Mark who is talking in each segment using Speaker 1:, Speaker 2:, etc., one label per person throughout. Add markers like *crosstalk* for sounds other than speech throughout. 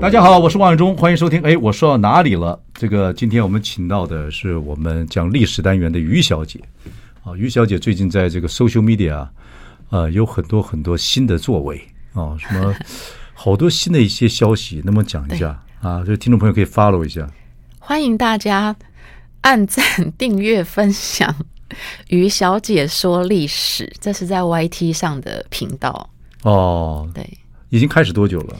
Speaker 1: 大家好，我是王伟忠，欢迎收听。哎，我说到哪里了？这个今天我们请到的是我们讲历史单元的于小姐。啊，于小姐最近在这个 social media 啊，呃，有很多很多新的作为啊，什么好多新的一些消息，能不能讲一下啊？就听众朋友可以 follow 一下。
Speaker 2: 欢迎大家按赞、订阅、分享《于小姐说历史》，这是在 YT 上的频道。
Speaker 1: 哦，
Speaker 2: 对，
Speaker 1: 已经开始多久了？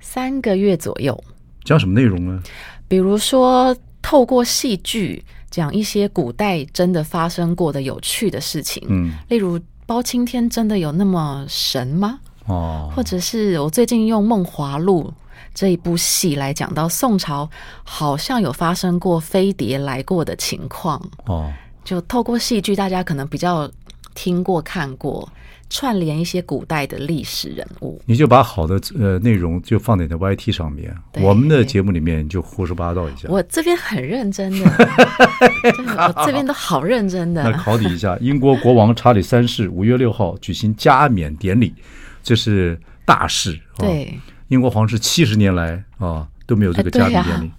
Speaker 2: 三个月左右，
Speaker 1: 讲什么内容呢？
Speaker 2: 比如说透过戏剧讲一些古代真的发生过的有趣的事情，
Speaker 1: 嗯，
Speaker 2: 例如包青天真的有那么神吗？
Speaker 1: 哦，
Speaker 2: 或者是我最近用《梦华录》这一部戏来讲到宋朝，好像有发生过飞碟来过的情况。
Speaker 1: 哦，
Speaker 2: 就透过戏剧，大家可能比较听过、看过，串联一些古代的历史人物。
Speaker 1: 你就把好的呃内容就放在你的 YT 上面，
Speaker 2: 对
Speaker 1: 我们的节目里面就胡说八道一下。
Speaker 2: 我这边很认真
Speaker 1: *laughs*
Speaker 2: 的，真的我这边都好认真
Speaker 1: 那
Speaker 2: 的。
Speaker 1: 考你一下，英国国王查理三世五月六号举行加冕典礼，这是大事。啊、，
Speaker 2: 对，
Speaker 1: 英国皇室七十年来啊都没有这个
Speaker 2: 哎对
Speaker 1: 加
Speaker 2: 呀
Speaker 1: 冕典礼。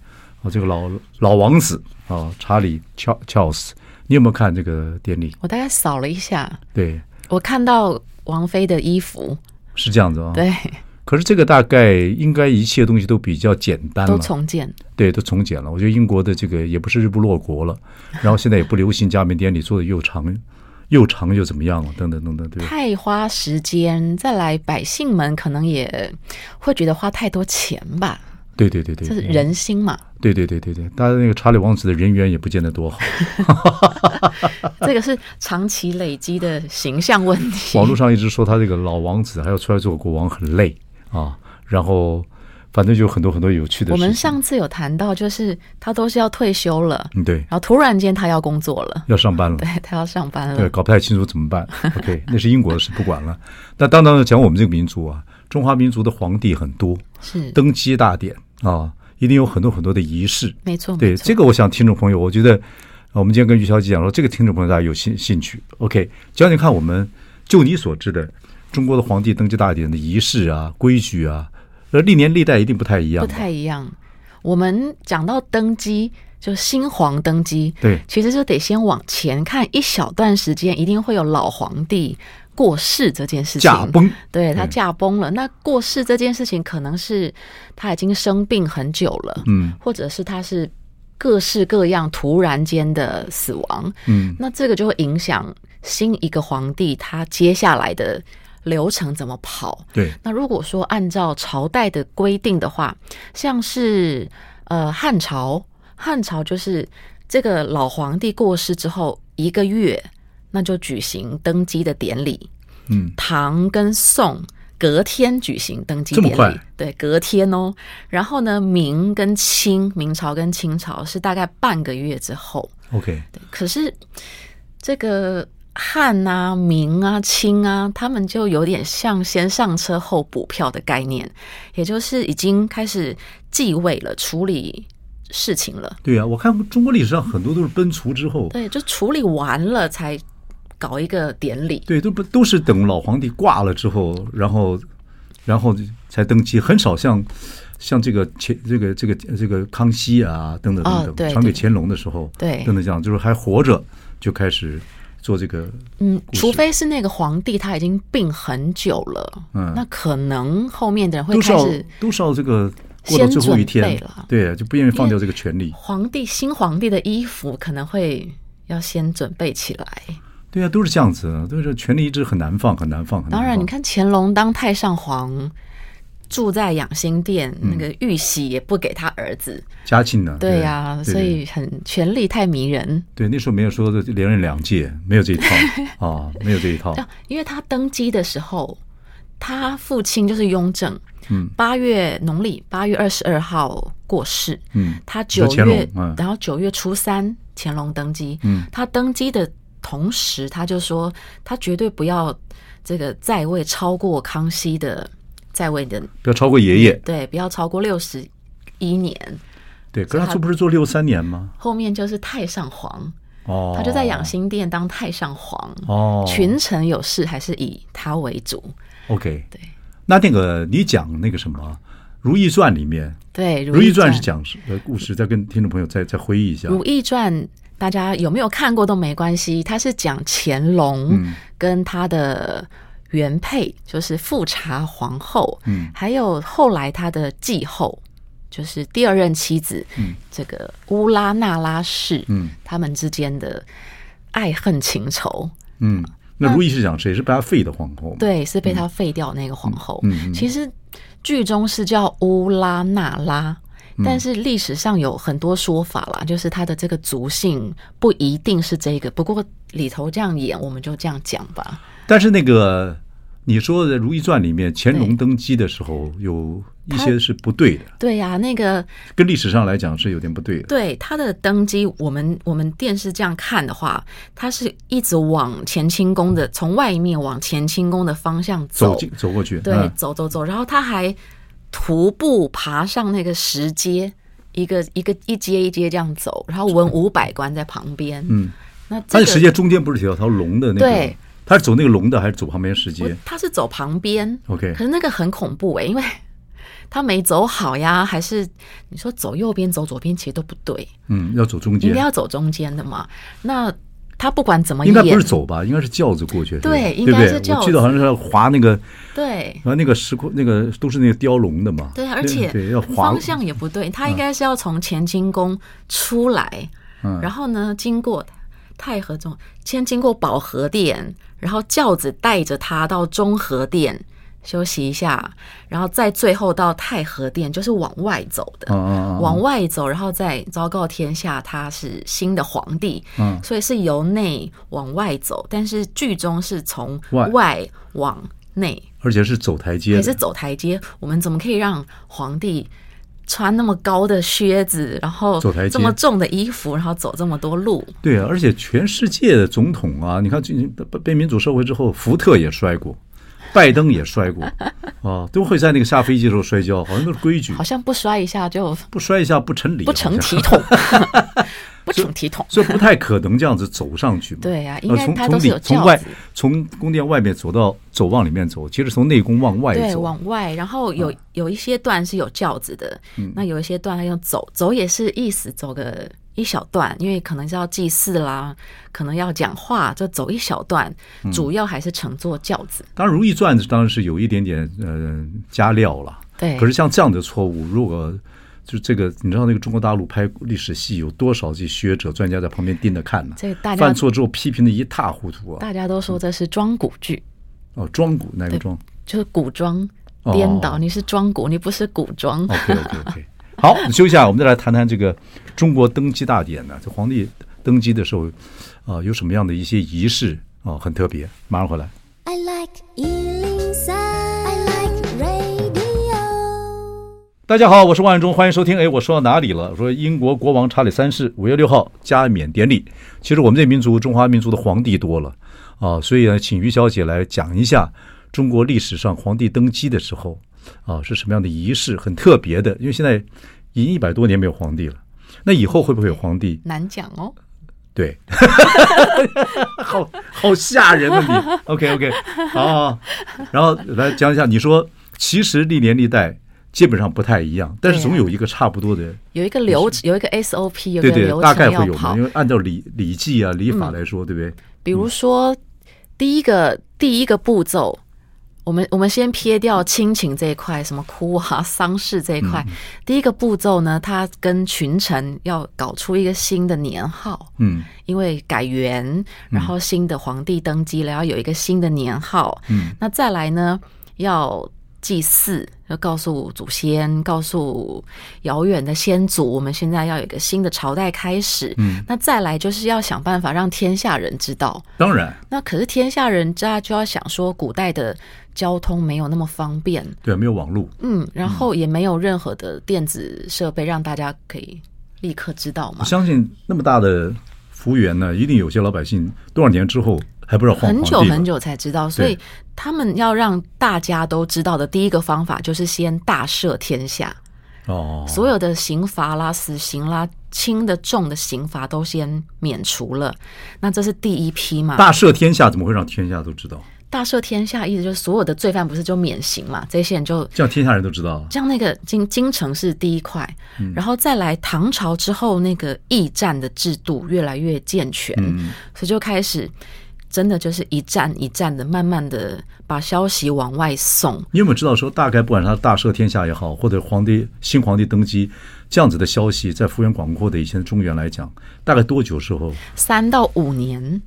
Speaker 1: 啊，这个老老王子啊，查理乔乔斯，你有没有看这个典礼？
Speaker 2: 我大概扫了一下，
Speaker 1: 对，
Speaker 2: 我看到王菲的衣服，
Speaker 1: 是这样子啊。。
Speaker 2: 对，
Speaker 1: 可是这个大概应该一切东西都比较简单
Speaker 2: 都
Speaker 1: 了，
Speaker 2: 重建。
Speaker 1: 对，都从简了。我觉得英国的这个也不是日不落国
Speaker 2: *laughs*
Speaker 1: 了，然后现在也不流行加冕典礼做的又长又长又怎么样了，等等等等，对吧。
Speaker 2: 太花时间，再来百姓们可能也会觉得花太多钱吧，
Speaker 1: 对对对对，
Speaker 2: 这是人心嘛。
Speaker 1: 对对对对对，当然那个查理王子的人缘也不见得多
Speaker 2: *laughs*
Speaker 1: 好，
Speaker 2: 这个是长期累积的形象问题。
Speaker 1: 网络上一直说他这个老王子还要出来做国王很累啊，然后反正就有很多很多有趣的
Speaker 2: 我
Speaker 1: 事情。
Speaker 2: 们上次有谈到，就是他都是要退休了，
Speaker 1: 嗯对
Speaker 2: 然后突然间他要工作
Speaker 1: *laughs*
Speaker 2: 了，
Speaker 1: 要上班了
Speaker 2: 对。嗯他要上班
Speaker 1: 对，
Speaker 2: 了，
Speaker 1: 搞不太清楚怎么办。OK，那是英国的事，不管了。 *laughs* 那当当地讲我们这个民族啊，中华民族的皇帝很多，
Speaker 2: 是
Speaker 1: 登基大典啊，一定有很多很多的仪式。
Speaker 2: 没错，
Speaker 1: 对
Speaker 2: 哦没错
Speaker 1: 这个，我想听众朋友，我觉得呃我们今天跟于小姐讲说，这个听众朋友大家有兴兴趣。OK，讲讲看我们就你所知的中国的皇帝登基大典的仪式啊、规矩啊，呃，历年历代一定不太一样
Speaker 2: 不
Speaker 1: 吧。
Speaker 2: 太一样。我们讲到登基，就新皇登基，
Speaker 1: 对
Speaker 2: 其实就得先往前看一小段时间，一定会有老皇帝过世这件事情。
Speaker 1: 驾崩，嗯
Speaker 2: 对他
Speaker 1: 对
Speaker 2: 驾崩了，那过世这件事情可能是他已经生病很久了，
Speaker 1: 嗯
Speaker 2: 或者是他是各式各样突然间的死亡，
Speaker 1: 嗯，
Speaker 2: 那这个就会影响新一个皇帝他接下来的流程怎么跑。
Speaker 1: 对，
Speaker 2: 那如果说按照朝代的规定的话，像是呃汉朝，汉朝就是这个老皇帝过世之后一个月，那就举行登基的典礼。
Speaker 1: 嗯，
Speaker 2: 唐跟宋隔天举行登基
Speaker 1: 这么
Speaker 2: 典
Speaker 1: 快
Speaker 2: 礼，对，隔天哦。然后呢，明跟清，明朝跟清朝是大概半个月之后。
Speaker 1: OK，
Speaker 2: 可是这个汉啊、明啊、清啊，他们就有点像先上车后补票的概念，也就是已经开始继位了，处理事情了。
Speaker 1: 对啊，我看中国历史上很多都是奔卒之后，
Speaker 2: 对，就处理完了才搞一个典礼。
Speaker 1: 对，都不都是等老皇帝挂了之后，然后然后才登基，很少像像这个乾这个这个这个康熙啊等等等等，
Speaker 2: 哦对
Speaker 1: 传给
Speaker 2: 对
Speaker 1: 乾隆的时候，
Speaker 2: 对
Speaker 1: 等等这样，就是还活着就开始做这个，
Speaker 2: 嗯，
Speaker 1: 故事
Speaker 2: 除非是那个皇帝他已经病很久了，
Speaker 1: 嗯
Speaker 2: 那可能后面的人会
Speaker 1: 都是
Speaker 2: 开
Speaker 1: 要
Speaker 2: 始。
Speaker 1: 都是要这个过到最后一
Speaker 2: 先
Speaker 1: 天
Speaker 2: 准备了，
Speaker 1: 对，啊就不愿意放掉这个权利，
Speaker 2: 皇帝新皇帝的衣服可能会要先准备起来。
Speaker 1: 对啊，都是这样子，都是权利一直很难放，很难放，很难
Speaker 2: 当然，
Speaker 1: 放
Speaker 2: 你看乾隆当太上皇，住在养心殿，那个玉玺也不给他儿子。
Speaker 1: 嘉庆呢，
Speaker 2: 对呀、
Speaker 1: 嗯对
Speaker 2: 所以很权力太迷人。
Speaker 1: 对那时候没有说的
Speaker 2: *laughs*
Speaker 1: 连任两届，没有这一套啊，没有这一套，
Speaker 2: 啊因为他登基的时候，他父亲就是雍正，
Speaker 1: 嗯，
Speaker 2: 八月农历八月二十二号过世，
Speaker 1: 嗯
Speaker 2: 他
Speaker 1: 说
Speaker 2: 九
Speaker 1: 乾
Speaker 2: 月，
Speaker 1: 隆嗯
Speaker 2: 然后九月初三乾隆登基，
Speaker 1: 嗯，
Speaker 2: 他登基的同时，他就说他绝对不要这个在位超过康熙的在位的，
Speaker 1: 不要超过爷爷。
Speaker 2: 对，不要超过六十一年，
Speaker 1: 对，可是他这不是做六三年吗？
Speaker 2: 后面就是太上皇，
Speaker 1: 哦，
Speaker 2: 他就在养心殿当太上皇，
Speaker 1: 哦，
Speaker 2: 群臣有事还是以他为主，
Speaker 1: OK。
Speaker 2: 对
Speaker 1: 那那个你讲那个什么《如懿传》里面，
Speaker 2: 对，
Speaker 1: 《
Speaker 2: 如
Speaker 1: 如懿传
Speaker 2: 传》
Speaker 1: 是。讲什呃故事，再跟听众朋友再再回忆一下。
Speaker 2: 《如懿传》，大家有没有看过都没关系，它是讲乾隆
Speaker 1: 嗯
Speaker 2: 跟他的原配，就是富察皇后，
Speaker 1: 嗯
Speaker 2: 还有后来他的继后，就是第二任妻子，这个乌拉那拉氏，
Speaker 1: 嗯
Speaker 2: 他们之间的爱恨情仇。
Speaker 1: 嗯，那如懿是讲谁？是被他废的皇后吗？
Speaker 2: 对，是被他废掉那个皇后。
Speaker 1: 嗯嗯嗯
Speaker 2: 其实剧中是叫乌拉那拉，
Speaker 1: 嗯
Speaker 2: 但是历史上有很多说法啦，就是他的这个族姓不一定是这个，不过里头这样演，我们就这样讲吧。
Speaker 1: 但是那个你说的《如懿传》里面，乾隆
Speaker 2: 对
Speaker 1: 登基的时候有一些是不对的，
Speaker 2: 对呀、那个
Speaker 1: 跟历史上来讲是有点不对的。
Speaker 2: 对他的登基，我们我们电视这样看的话，他是一直往乾清宫的，从外面往乾清宫的方向
Speaker 1: 走进走过去，
Speaker 2: 对
Speaker 1: 嗯，
Speaker 2: 走走走，然后他还徒步爬上那个石阶，一个一个一阶一阶这样走，然后文武百官在旁边。
Speaker 1: 嗯，
Speaker 2: 那
Speaker 1: 它
Speaker 2: 这
Speaker 1: 的
Speaker 2: 个
Speaker 1: 石阶中间不是有条龙的那个
Speaker 2: 对？
Speaker 1: 它是走那个龙的还是走旁边石
Speaker 2: 我
Speaker 1: 阶
Speaker 2: 他是走旁边，
Speaker 1: ？OK，
Speaker 2: 可是那个很恐怖哎、因为他没走好呀，还是你说走右边走左边，其实都不对，
Speaker 1: 嗯，要走中
Speaker 2: 应
Speaker 1: 间
Speaker 2: 该，要走中间的嘛。那他不管怎么
Speaker 1: 应该
Speaker 2: 演，
Speaker 1: 不是走吧？应该是轿子过去，是吧
Speaker 2: 啊对
Speaker 1: 对
Speaker 2: 应
Speaker 1: 不
Speaker 2: 该
Speaker 1: 对？
Speaker 2: 是轿
Speaker 1: 我
Speaker 2: 子
Speaker 1: 记得好像是要划那个，呃
Speaker 2: 对。
Speaker 1: 然后那个石窟，那个都是那个雕龙的嘛。
Speaker 2: 对，而且嗯
Speaker 1: 对要嗯划
Speaker 2: 方向也不对，他应该是要从乾清宫出来，
Speaker 1: 嗯
Speaker 2: 然后呢，经过太和中，先经过保和殿，然后轿子带着他到中和殿休息一下，然后再最后到太和殿，就是往外走的。
Speaker 1: 嗯嗯
Speaker 2: 往外走，然后再昭告天下，他是新的皇帝，
Speaker 1: 嗯
Speaker 2: 所以是由内往外走。但是剧中是从
Speaker 1: 外
Speaker 2: 外往内，
Speaker 1: 而且是走台阶
Speaker 2: 也
Speaker 1: 的，
Speaker 2: 是走台阶，我们怎么可以让皇帝穿那么高的靴子，然后
Speaker 1: 走台阶
Speaker 2: 这么重的衣服，然后走这么多路？
Speaker 1: 对啊，而且全世界的总统啊，你看最近被被民主社会之后，福特也摔过，拜登也摔
Speaker 2: *laughs*
Speaker 1: 过，啊，都会在那个下飞机的时候摔跤，好像都是规矩
Speaker 2: 好，像不摔一下
Speaker 1: *laughs*
Speaker 2: 就
Speaker 1: 不摔一下不成礼，啊
Speaker 2: 不
Speaker 1: 好像
Speaker 2: 成体统， *laughs* 不成体
Speaker 1: *laughs*
Speaker 2: 统。
Speaker 1: 所以不太可能这样子走上去嘛。
Speaker 2: 对呀
Speaker 1: 呃
Speaker 2: 应该
Speaker 1: 从
Speaker 2: 它
Speaker 1: 从
Speaker 2: 都是
Speaker 1: 里
Speaker 2: 有
Speaker 1: 从
Speaker 2: 轿
Speaker 1: 外
Speaker 2: 子
Speaker 1: 从宫殿外面走到走往里面走，其实从内宫往外
Speaker 2: 对，
Speaker 1: 走。
Speaker 2: 往外，然后有、
Speaker 1: 嗯
Speaker 2: 有一些段是有轿子的，那有一些段他用走，走也是意思走个一小段，因为可能是要祭祀啦，可能要讲话，就走一小段，
Speaker 1: 嗯
Speaker 2: 主要还是乘坐轿子。
Speaker 1: 当然，《如懿传》当然是有一点点呃加料了。
Speaker 2: 对，
Speaker 1: 可是像这样的错误，如果就这个，你知道那个中国大陆拍历史戏有多少这学者专家在旁边盯着看呢？
Speaker 2: 这大家
Speaker 1: 犯错之后批评的一塌糊涂啊！
Speaker 2: 大家都说这是装古剧。
Speaker 1: 哦，庄古哪个
Speaker 2: 对
Speaker 1: 庄
Speaker 2: 就是古装颠倒，
Speaker 1: 哦
Speaker 2: 你是装古，你不是古装。
Speaker 1: ？OK OK OK，好，休息一下，我们再来谈谈这个中国登基大典呢、这皇帝登基的时候，啊、有什么样的一些仪式啊、很特别。马上回来。
Speaker 3: I like Ealing Sound. I like radio.
Speaker 1: 大家好，我是万永忠，欢迎收听。哎，我说到哪里了？我说英国国王查理三世五月六号加冕典礼。其实我们这民族，中华民族的皇帝多了啊，所以呢，请于小姐来讲一下中国历史上皇帝登基的时候啊是什么样的仪式，很特别的。因为现在已经一百多年没有皇帝了，那以后会不会有皇帝？
Speaker 2: 难讲哦，
Speaker 1: 对， *laughs* 好好吓人啊你。OK OK，啊，然后来讲一下，你说其实历年历代基本上不太一样，但是
Speaker 2: 对啊
Speaker 1: 总有一个差不多的，
Speaker 2: 有一个流有一个 SOP，有一
Speaker 1: 对
Speaker 2: 个
Speaker 1: 对
Speaker 2: 流
Speaker 1: 大概
Speaker 2: 程
Speaker 1: 会
Speaker 2: 要
Speaker 1: 有嘛，
Speaker 2: 跑嗯
Speaker 1: 因。为按照礼礼记啊礼法来说，对不对？
Speaker 2: 比如说，第一个第一个步骤，我们我们先撇掉亲情这一块，什么哭啊、丧事这一块。
Speaker 1: 嗯
Speaker 2: 第一个步骤呢，他跟群臣要搞出一个新的年号。
Speaker 1: 嗯
Speaker 2: 因为改元，然后新的皇帝登基了，要有一个新的年号。
Speaker 1: 嗯，
Speaker 2: 那再来呢，要祭祀，要告诉祖先，告诉遥远的先祖，我们现在要有一个新的朝代开始。
Speaker 1: 嗯，
Speaker 2: 那再来就是要想办法让天下人知道。
Speaker 1: 当然
Speaker 2: 那可是天下人，大家就要想说，古代的交通没有那么方便，
Speaker 1: 对啊，没有网络，
Speaker 2: 嗯，然后也没有任何的电子设备让大家可以立刻知道
Speaker 1: 我
Speaker 2: 嘛。
Speaker 1: 相信那么大的服务员呢，一定有些老百姓多少年之后还不知道晃
Speaker 2: 很
Speaker 1: 皇帝
Speaker 2: 久
Speaker 1: 了
Speaker 2: 很久才知道，所以他们要让大家都知道的第一个方法就是先大赦天下，
Speaker 1: 哦，
Speaker 2: 所有的刑罚啦、死刑啦、轻的、重的刑罚都先免除了。那这是第一批嘛？
Speaker 1: 大赦天下怎么会让天下都知道？
Speaker 2: 大赦天下，意思就是所有的罪犯不是就免刑嘛？这些人就
Speaker 1: 这样天下人都知道了。
Speaker 2: 像那个京京城是第一块，
Speaker 1: 嗯
Speaker 2: 然后再来唐朝之后，那个驿站的制度越来越健全，
Speaker 1: 嗯
Speaker 2: 所以就开始真的就是一站一站的，慢慢的把消息往外送。
Speaker 1: 你有没有知道说，大概不管是他大赦天下也好，或者皇帝新皇帝登基这样子的消息，在幅员广阔的以前的中原来讲，大概多久时候，
Speaker 2: 三到五年，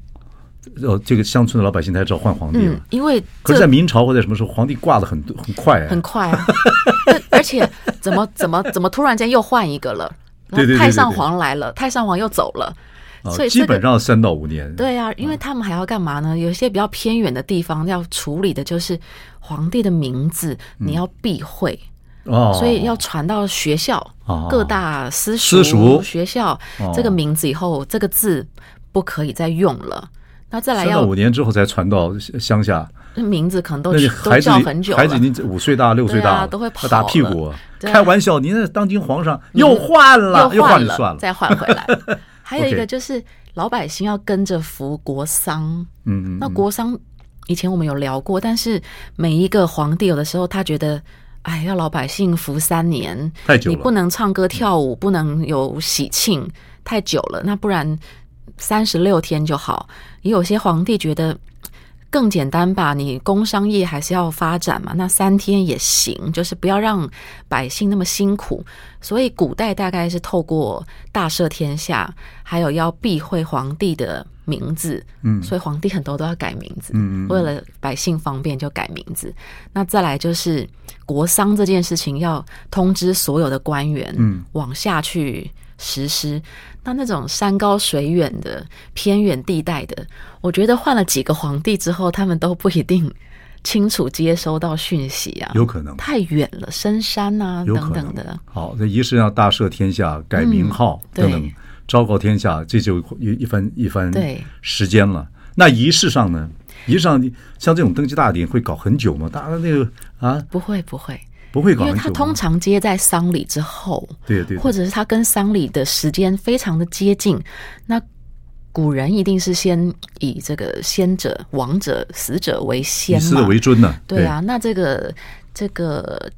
Speaker 1: 呃，这个乡村的老百姓才知道换皇帝了？
Speaker 2: 嗯，因为
Speaker 1: 可
Speaker 2: 这
Speaker 1: 是，在明朝或者什么时候，皇帝挂的很很快、哎
Speaker 2: 很快啊， *laughs* 但而且怎么怎么怎么突然间又换一个了，然
Speaker 1: 对对对对
Speaker 2: 后太上
Speaker 1: 对
Speaker 2: 皇来了，太上皇又走了，
Speaker 1: 啊
Speaker 2: 所以
Speaker 1: 基
Speaker 2: 这
Speaker 1: 本
Speaker 2: 个。
Speaker 1: 上三到五年。
Speaker 2: 对啊，因为他们还要干嘛呢？有一些比较偏远的地方要处理的就是皇帝的名字，你要避讳，
Speaker 1: 嗯哦，
Speaker 2: 所以要传到学校、
Speaker 1: 哦
Speaker 2: 各大私
Speaker 1: 私塾
Speaker 2: 学校、
Speaker 1: 哦
Speaker 2: 这个名字以后，这个字不可以再用了。那再来
Speaker 1: 三到
Speaker 2: 要
Speaker 1: 五年之后才传到乡下，
Speaker 2: 名字可能都
Speaker 1: 那你
Speaker 2: 都
Speaker 1: 孩子
Speaker 2: 叫很久
Speaker 1: 孩子已
Speaker 2: 了，
Speaker 1: 经五岁大六岁大
Speaker 2: 对啊
Speaker 1: 了，
Speaker 2: 都会跑
Speaker 1: 要打屁
Speaker 2: 了
Speaker 1: 股啊。
Speaker 2: 对啊嗯
Speaker 1: 开玩笑，您那当今皇上又换了，又
Speaker 2: 换
Speaker 1: 就算了。
Speaker 2: 再换回
Speaker 1: *laughs*
Speaker 2: 来。还有一
Speaker 1: OK
Speaker 2: 个就是老百姓要跟着服国丧，
Speaker 1: 嗯嗯，
Speaker 2: 那国殇以前我们有聊过，但是每一个皇帝有的时候他觉得，哎，要老百姓服三年，
Speaker 1: 太久了
Speaker 2: 你不能唱歌跳舞，不能有喜庆，太久了，那不然三十六天就好。也有些皇帝觉得。更简单吧，你工商业还是要发展嘛，那三天也行，就是不要让百姓那么辛苦。所以古代大概是透过大赦天下，还有要避讳皇帝的名字，
Speaker 1: 嗯
Speaker 2: 所以皇帝很多都要改名字，
Speaker 1: 嗯嗯嗯
Speaker 2: 为了百姓方便就改名字。那再来就是国丧这件事情，要通知所有的官员，
Speaker 1: 嗯，
Speaker 2: 往下去实施。那那种山高水远的偏远地带的，我觉得换了几个皇帝之后，他们都不一定清楚接收到讯息啊，
Speaker 1: 有可能。
Speaker 2: 太远了，深山啊
Speaker 1: 有可
Speaker 2: 等
Speaker 1: 能
Speaker 2: 等的，
Speaker 1: 好，这仪式上大赦天下，改名号
Speaker 2: 嗯
Speaker 1: 等等
Speaker 2: 对，
Speaker 1: 昭告天下，这就一一番一番
Speaker 2: 对
Speaker 1: 时间了。那仪式上呢？仪式上像这种登基大典会搞很久吗？大家那个啊，
Speaker 2: 不会不会。
Speaker 1: 不会搞
Speaker 2: 因为
Speaker 1: 很
Speaker 2: 他
Speaker 1: 久
Speaker 2: 通
Speaker 1: 吗。
Speaker 2: 常接在丧礼之后，
Speaker 1: 对对，对
Speaker 2: 或者是他跟丧礼的时间非常的接近，那古人一定是先以这个先者、亡者、死者为
Speaker 1: 以
Speaker 2: 先
Speaker 1: 死
Speaker 2: 嘛，
Speaker 1: 的为尊呢？
Speaker 2: 对啊。那这个这个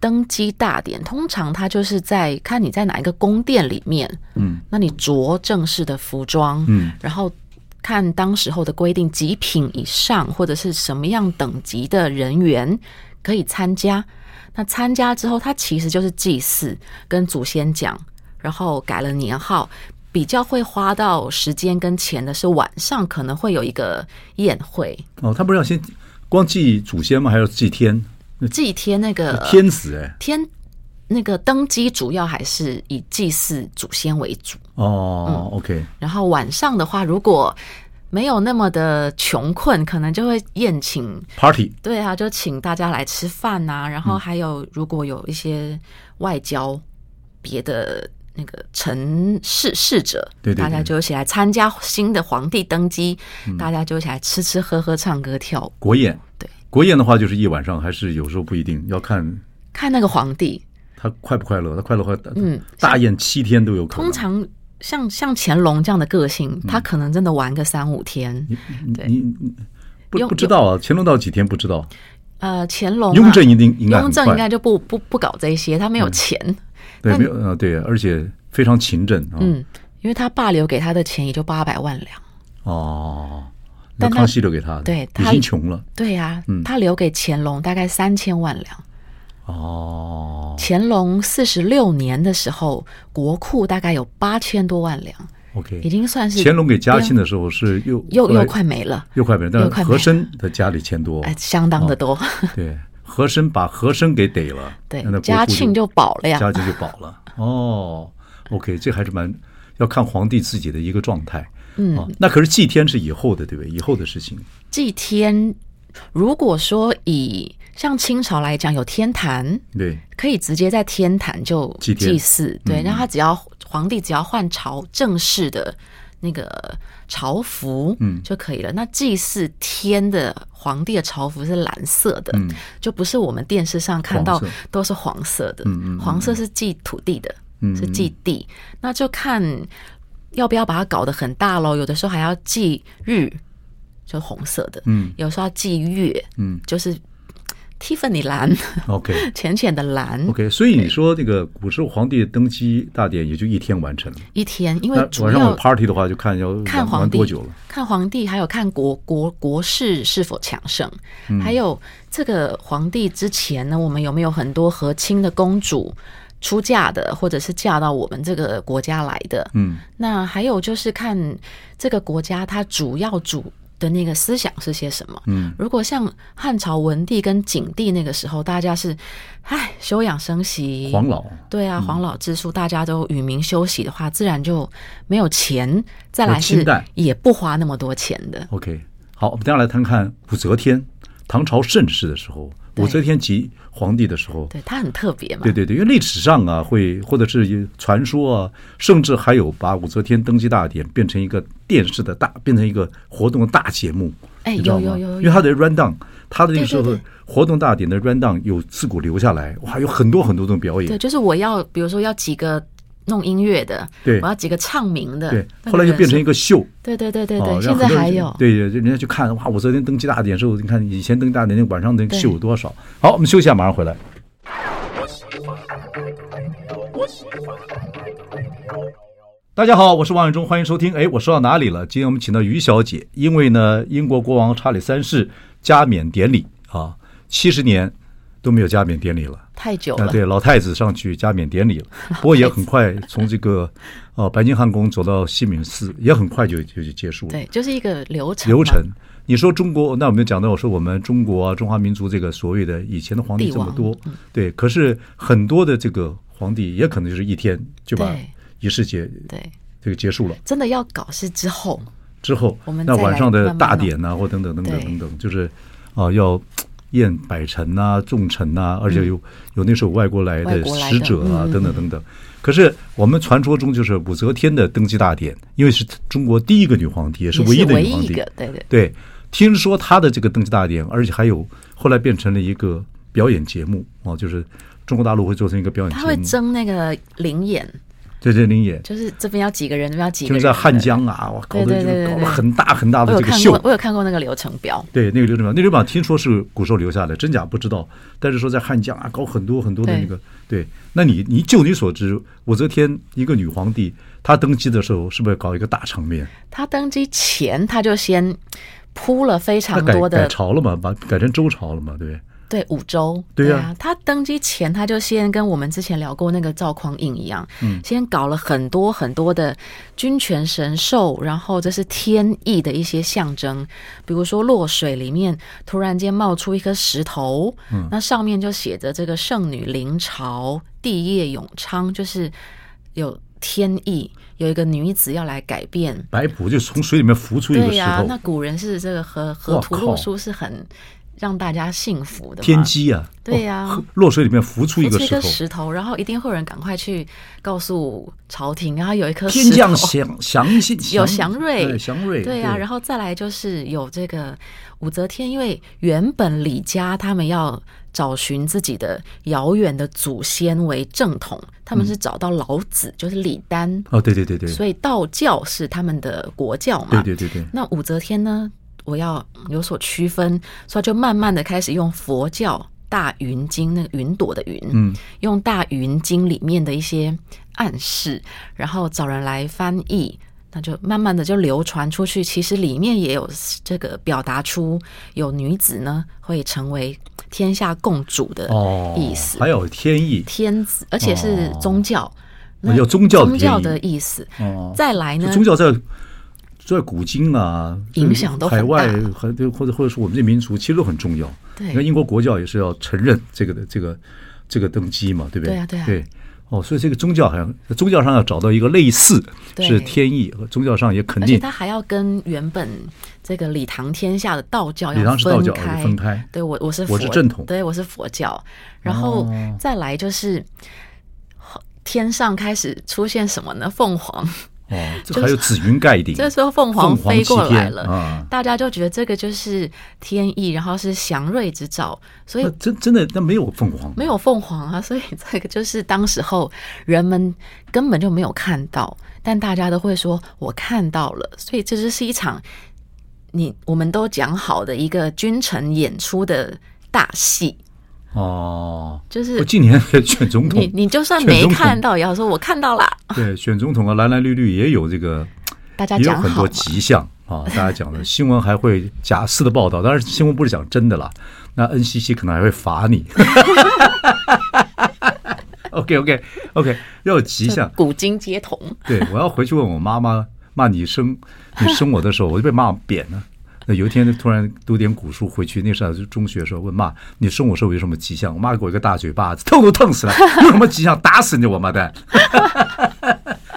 Speaker 2: 登基大典，通常它就是在看你在哪一个宫殿里面，
Speaker 1: 嗯，
Speaker 2: 那你着正式的服装，
Speaker 1: 嗯，
Speaker 2: 然后。看当时候的规定，几品以上或者是什么样等级的人员可以参加，那参加之后，他其实就是祭祀，跟祖先讲，然后改了年号。比较会花到时间跟钱的是晚上可能会有一个宴会，
Speaker 1: 哦，他不是要先光祭祖先吗？还要祭天？
Speaker 2: 祭天那个
Speaker 1: 天子哎，
Speaker 2: 天那个登基主要还是以祭祀祖先为主。嗯
Speaker 1: 哦，OK，
Speaker 2: 然后晚上的话，如果没有那么的穷困，可能就会宴请
Speaker 1: party
Speaker 2: 对啊，就请大家来吃饭呐、然后还有，如果有一些外交别的那个城市市者，
Speaker 1: 对对嗯对
Speaker 2: 大家就一起来参加新的皇帝登基，大家就一起来吃吃喝喝、唱歌跳舞，
Speaker 1: 国宴。
Speaker 2: 对，
Speaker 1: 国宴的话就是一晚上，还是有时候不一定要看
Speaker 2: 看那个皇帝。
Speaker 1: 他快不快乐。他快乐的话，
Speaker 2: 嗯
Speaker 1: 大宴七天都有可能。
Speaker 2: 通常像像乾隆这样的个
Speaker 1: 嗯
Speaker 2: 性，他可能真的玩个三五天。
Speaker 1: 你
Speaker 2: 对
Speaker 1: 你你不
Speaker 2: 用
Speaker 1: 不知道啊，乾隆到几天不知道，
Speaker 2: 呃，乾隆、啊、
Speaker 1: 雍正一定应该
Speaker 2: 雍
Speaker 1: 很
Speaker 2: 正应
Speaker 1: 快
Speaker 2: 该，就不不不搞这些，他没
Speaker 1: 嗯
Speaker 2: 有钱。
Speaker 1: 对，
Speaker 2: 但
Speaker 1: 没有呃对，而且非常勤政啊，
Speaker 2: 嗯，因为他爸留给他的钱也就八百万两。
Speaker 1: 哦，那
Speaker 2: 但他
Speaker 1: 康熙留给他的，
Speaker 2: 对
Speaker 1: 已
Speaker 2: 他
Speaker 1: 经穷了
Speaker 2: 对呀、
Speaker 1: 嗯
Speaker 2: 他留给乾隆大概三千万两。
Speaker 1: 哦，
Speaker 2: 乾隆四十六年的时候，国库大概有八千多万两，已
Speaker 1: OK，
Speaker 2: 经算是
Speaker 1: 乾隆给嘉庆
Speaker 2: 的
Speaker 1: 的时候是又
Speaker 2: 又
Speaker 1: 后来哦
Speaker 2: 又快没了，
Speaker 1: 又快没了，
Speaker 2: 又
Speaker 1: 但
Speaker 2: 快没
Speaker 1: 和
Speaker 2: 了
Speaker 1: 珅的家里钱多
Speaker 2: 哎，，相当的多。
Speaker 1: 对，和珅把和珅给逮了，
Speaker 2: *laughs* 对
Speaker 1: 哦那，国库
Speaker 2: 嘉庆就饱了呀。
Speaker 1: 家境就饱了。哦，OK，这还是蛮要看皇帝自己的哦一个状态。嗯、啊，那可是祭天是以后的，对不对？以后的事情。
Speaker 2: 祭天如果说以像清朝来讲，有天坛，
Speaker 1: 对，
Speaker 2: 可以直接在天坛就
Speaker 1: 祭天嗯
Speaker 2: 祭祀，对，然后他只要皇帝只要换朝正式的那个朝服，
Speaker 1: 嗯
Speaker 2: 就可以了。那祭祀天的皇帝的朝服是蓝色的，
Speaker 1: 嗯
Speaker 2: 就不是我们电视上看到
Speaker 1: 黄色
Speaker 2: 都是黄色的，
Speaker 1: 嗯嗯嗯
Speaker 2: 黄色是祭土地的，
Speaker 1: 嗯
Speaker 2: 是祭地，那就看要不要把它搞得很大喽。有的时候还要祭日，就红色的，
Speaker 1: 嗯
Speaker 2: 有时候要祭月，
Speaker 1: 嗯
Speaker 2: 就是 Tiffany 蓝， *laughs*
Speaker 1: ，OK
Speaker 2: 浅浅的蓝。
Speaker 1: OK，所以你说这个古时候皇帝登基大典也就一天完成了，
Speaker 2: 一天，因
Speaker 1: 那
Speaker 2: 为主
Speaker 1: 晚上有
Speaker 2: 要
Speaker 1: party 的话，就看要玩
Speaker 2: 看
Speaker 1: 玩
Speaker 2: 皇帝
Speaker 1: 多久了。
Speaker 2: 看皇帝，还有看国国国势是否强盛，
Speaker 1: 嗯
Speaker 2: 还有这个皇帝之前呢，我们有没有很多和亲的公主出嫁的，或者是嫁到我们这个国家来的？
Speaker 1: 嗯
Speaker 2: 那还有就是看这个国家它主要主的那个思想是些什么。
Speaker 1: 嗯，
Speaker 2: 如果像汉朝文帝跟景帝那个时候，大家是，唉，休养生息，
Speaker 1: 黄老
Speaker 2: 对啊，黄老致富，大家都与民休息的话，自然就没有钱。再来
Speaker 1: 有清
Speaker 2: 是
Speaker 1: 淡
Speaker 2: 也不花那么多钱的。
Speaker 1: OK，好，我们接下来看看武则天，唐朝盛世的时候，
Speaker 2: 对
Speaker 1: 武则天即皇帝的时候，
Speaker 2: 对，它很特别嘛。
Speaker 1: 对对对，因为历史上啊，会或者是传说啊，甚至还有把武则天登基大典变成一个电视的大，变成一个活动的大节目，
Speaker 2: 哎
Speaker 1: 你知道吗？
Speaker 2: 有有有有
Speaker 1: 因为他的 run down，他的那个时
Speaker 2: 对
Speaker 1: 候
Speaker 2: 对对
Speaker 1: 活动大典的 run down 有自古留下来，哇，有很多很多种表演
Speaker 2: 对，。就是我要，比如说要几个弄音乐的，
Speaker 1: 对
Speaker 2: 我要几个唱名的，
Speaker 1: 对，
Speaker 2: 那
Speaker 1: 后来就
Speaker 2: 个人
Speaker 1: 变成
Speaker 2: 是
Speaker 1: 一个秀，
Speaker 2: 对对对对对，
Speaker 1: 哦，让
Speaker 2: 现
Speaker 1: 很
Speaker 2: 在
Speaker 1: 多人
Speaker 2: 还
Speaker 1: 去
Speaker 2: 有。
Speaker 1: 对，就人家去看哇，武则天登基大典的时候，你看以前登基大典那晚上的那个
Speaker 2: 对
Speaker 1: 秀有多少？好，我们休息一下，马上回来。大家好，我是王永忠，欢迎收听。哎，我说到哪里了？今天我们请到于小姐，因为呢，英国国王查理三世加冕典礼啊，七十年都没有加冕典礼了。
Speaker 2: 太久
Speaker 1: 啊，
Speaker 2: 了，
Speaker 1: 对，老太子上去加冕典礼了，不过也很快从这个呃白金汉宫走到西敏寺，也很快就就就结束了。
Speaker 2: 对就是一个流程嘛，
Speaker 1: 流程。你说中国，那我们讲到我说我们中国啊，中华民族这个所谓的以前的皇帝
Speaker 2: 帝
Speaker 1: 这么
Speaker 2: 王嗯
Speaker 1: 多，对，可是很多的这个皇帝也可能就是一天就把
Speaker 2: 对
Speaker 1: 仪式结
Speaker 2: 对，
Speaker 1: 这个结束了
Speaker 2: 真的要搞事之后，
Speaker 1: 之后
Speaker 2: 我，们
Speaker 1: 那
Speaker 2: 再
Speaker 1: 晚
Speaker 2: 来
Speaker 1: 上的
Speaker 2: 慢慢
Speaker 1: 大
Speaker 2: 弄
Speaker 1: 典呐、啊或等等等等
Speaker 2: 对
Speaker 1: 等等，就是啊、要宴百臣呐、重臣呐、而且有、有那时候外国来
Speaker 2: 嗯外
Speaker 1: 的
Speaker 2: 国来
Speaker 1: 使
Speaker 2: 的
Speaker 1: 者啊，
Speaker 2: 嗯
Speaker 1: 等等等等。可是我们传说中就是武则天的登基大典，因为是中国第一个女皇帝，也是
Speaker 2: 也
Speaker 1: 唯一
Speaker 2: 是
Speaker 1: 的
Speaker 2: 唯
Speaker 1: 女
Speaker 2: 一
Speaker 1: 皇
Speaker 2: 一
Speaker 1: 帝
Speaker 2: 个，，对对
Speaker 1: 对，听说他的这个登基大典，而且还有后来变成了一个表演节目哦，就是中国大陆会做成一个表演
Speaker 2: 他会
Speaker 1: 节目，
Speaker 2: 争那个灵眼，
Speaker 1: 对对，林野
Speaker 2: 就是这边要几个人，那边要几个
Speaker 1: 就是
Speaker 2: 人，
Speaker 1: 在汉江啊，哇，搞
Speaker 2: 对
Speaker 1: 得
Speaker 2: 对
Speaker 1: 就
Speaker 2: 对
Speaker 1: 是
Speaker 2: 对
Speaker 1: 搞
Speaker 2: 对
Speaker 1: 了很大很大
Speaker 2: 我
Speaker 1: 的
Speaker 2: 有
Speaker 1: 这个
Speaker 2: 看
Speaker 1: 秀
Speaker 2: 过，，我有看过那个流程表，
Speaker 1: 对，那个流水表，那流水表听说是古时候留下的，真假不知道。但是说在汉江啊，搞很多很多的那个，对。那你你就你所知，武则天一个女皇帝，她登基的时候是不是搞一个大场面？
Speaker 2: 他登基前他就先铺了非
Speaker 1: 她
Speaker 2: 常
Speaker 1: 改
Speaker 2: 多
Speaker 1: 改
Speaker 2: 的
Speaker 1: 朝了嘛，把改成周朝了嘛，对不对？
Speaker 2: 对五周，
Speaker 1: 对啊
Speaker 2: 啊，他登基前他就先跟我们之前聊过那个赵匡胤一样，嗯，先搞了很多很多的君权神授，然后这是天意的一些象征，比如说落水里面突然间冒出一颗石头，嗯，那上面就写着这个圣女临朝，帝业永昌，就是有天意，有一个女子要来改变。
Speaker 1: 白朴就从水里面浮出一个
Speaker 2: 对
Speaker 1: 石
Speaker 2: 呀、
Speaker 1: 头
Speaker 2: 那，古人是这个河河
Speaker 1: 哇
Speaker 2: 图
Speaker 1: 靠
Speaker 2: 洛书是很让大家信服的嘛。
Speaker 1: 天机啊，
Speaker 2: 对呀
Speaker 1: 哦落水里面浮出一个
Speaker 2: 浮出一
Speaker 1: 石
Speaker 2: 颗
Speaker 1: 头，
Speaker 2: 石头，然后一定会有人赶快去告诉朝廷，然后有一颗
Speaker 1: 天
Speaker 2: 石
Speaker 1: 降
Speaker 2: 头。
Speaker 1: 祥祥信，
Speaker 2: *laughs* 有祥瑞，
Speaker 1: 对祥瑞，
Speaker 2: 对呀、然
Speaker 1: 后
Speaker 2: 后再来就是有这个武则天，因为原本李家他们要找寻自己的遥远的祖先为正统，他们是找到老子，就是李丹，
Speaker 1: 哦，对对嗯对对，
Speaker 2: 所以道教是他们的国教嘛。
Speaker 1: 对对对对，
Speaker 2: 那武则天呢，我要有所区分，所以她就慢慢的开始用佛教大云经那个云朵的云，
Speaker 1: 嗯，
Speaker 2: 用大云经里面的一些暗示，然后找人来翻译。那就慢慢的就流传出去，其实里面也有这个表达出有女子呢会成为天下共主的
Speaker 1: 哦，
Speaker 2: 意思，
Speaker 1: 还有天意，
Speaker 2: 天子，而且是
Speaker 1: 哦
Speaker 2: 宗教，
Speaker 1: 那有宗教的
Speaker 2: 宗
Speaker 1: 天
Speaker 2: 教
Speaker 1: 意
Speaker 2: 的意思。
Speaker 1: 哦，
Speaker 2: 再来呢，
Speaker 1: 宗教在在古今啊，
Speaker 2: 影响都很
Speaker 1: 海
Speaker 2: 大
Speaker 1: 外还对或者或者说我们这民族其实都很重要。
Speaker 2: 对
Speaker 1: 你看英国国教也是要承认这个的这个这个登基嘛，对不对？
Speaker 2: 对啊对啊
Speaker 1: 对，哦，所以这个宗教好像宗教上要找到一个类似
Speaker 2: 对
Speaker 1: 是天意，宗教上也肯
Speaker 2: 而且
Speaker 1: 定
Speaker 2: 它还要跟原本这个礼堂天下的道教
Speaker 1: 礼
Speaker 2: 要
Speaker 1: 堂是道
Speaker 2: 分
Speaker 1: 教
Speaker 2: 开，
Speaker 1: 分开
Speaker 2: 对我我是佛
Speaker 1: 我是正统
Speaker 2: 对我是佛教，然后
Speaker 1: 哦
Speaker 2: 再来就是。天上开始出现什么呢？凤凰，
Speaker 1: 哦，这
Speaker 2: 就是
Speaker 1: 还有紫云盖顶，
Speaker 2: 这时候凤凰
Speaker 1: 凤凰
Speaker 2: 飞过
Speaker 1: 齐
Speaker 2: 来
Speaker 1: 天
Speaker 2: 了，
Speaker 1: 啊。
Speaker 2: 大家就觉得这个就是天意，然后是祥瑞之兆，所以
Speaker 1: 那真真的那没有凤凰，
Speaker 2: 没有凤凰啊，所以这个就是当时候人们根本就没有看到，但大家都会说我看到了，所以这就是一场你我们都讲好的一个君臣演出的大戏，
Speaker 1: 哦。
Speaker 2: 就是
Speaker 1: 我今年 *laughs* 在选总统
Speaker 2: 你，你就算
Speaker 1: 选
Speaker 2: 没
Speaker 1: 总统
Speaker 2: 看到，也要说我看到啦，
Speaker 1: 对选总统啊，蓝蓝绿绿也有这个，
Speaker 2: 大家
Speaker 1: 也有
Speaker 2: 讲
Speaker 1: 很
Speaker 2: 好
Speaker 1: 多
Speaker 2: 嘛，
Speaker 1: 吉象啊。大家
Speaker 2: *laughs*
Speaker 1: 讲的新闻还会假私的报道，当然新闻不是讲真的啦。那 NCC 可能还会罚你。OK OK OK，要有吉
Speaker 2: 就
Speaker 1: 象，
Speaker 2: 古今皆同，
Speaker 1: *laughs* 对，我要回去问我妈妈，骂你生你生我的时候，我就被骂扁了。那有一天突然读点古书回去，那时候就中学的时候问妈，你生我时候有什么吉祥？我妈给我一个大嘴巴子，痛都痛死了， *laughs* 有什么吉祥？打死你王八蛋！ *laughs*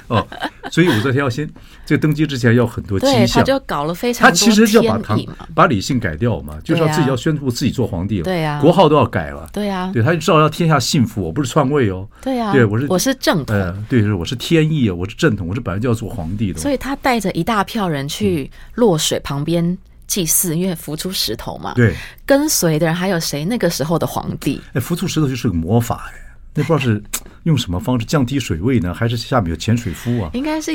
Speaker 1: 哦，所以武则天要先这个登基之前要很多吉
Speaker 2: 对，他
Speaker 1: 象，
Speaker 2: 就搞了非常
Speaker 1: 他
Speaker 2: 多
Speaker 1: 其实就要把
Speaker 2: 天
Speaker 1: 唐
Speaker 2: 意嘛，
Speaker 1: 把理性改掉嘛，就是要自己要宣布自己做皇帝了，
Speaker 2: 对啊
Speaker 1: 国号都要改了，
Speaker 2: 对啊，
Speaker 1: 对，他就知道要天下幸福，我不是篡位哦，
Speaker 2: 对啊，
Speaker 1: 对我是
Speaker 2: 我是正统。
Speaker 1: 呃，对，是我是天意啊，我是正统，我是本来就要做皇帝的。
Speaker 2: 所以他带着一大票人去
Speaker 1: 嗯
Speaker 2: 落水旁边祭祀，因为浮出石头嘛。，
Speaker 1: 对，
Speaker 2: 跟随的人还有谁？那个时候的皇帝，
Speaker 1: 哎，浮出石头就是个魔法哎，那不知道是用什么方式降低水位呢，还是下面有潜水夫啊？
Speaker 2: 应该是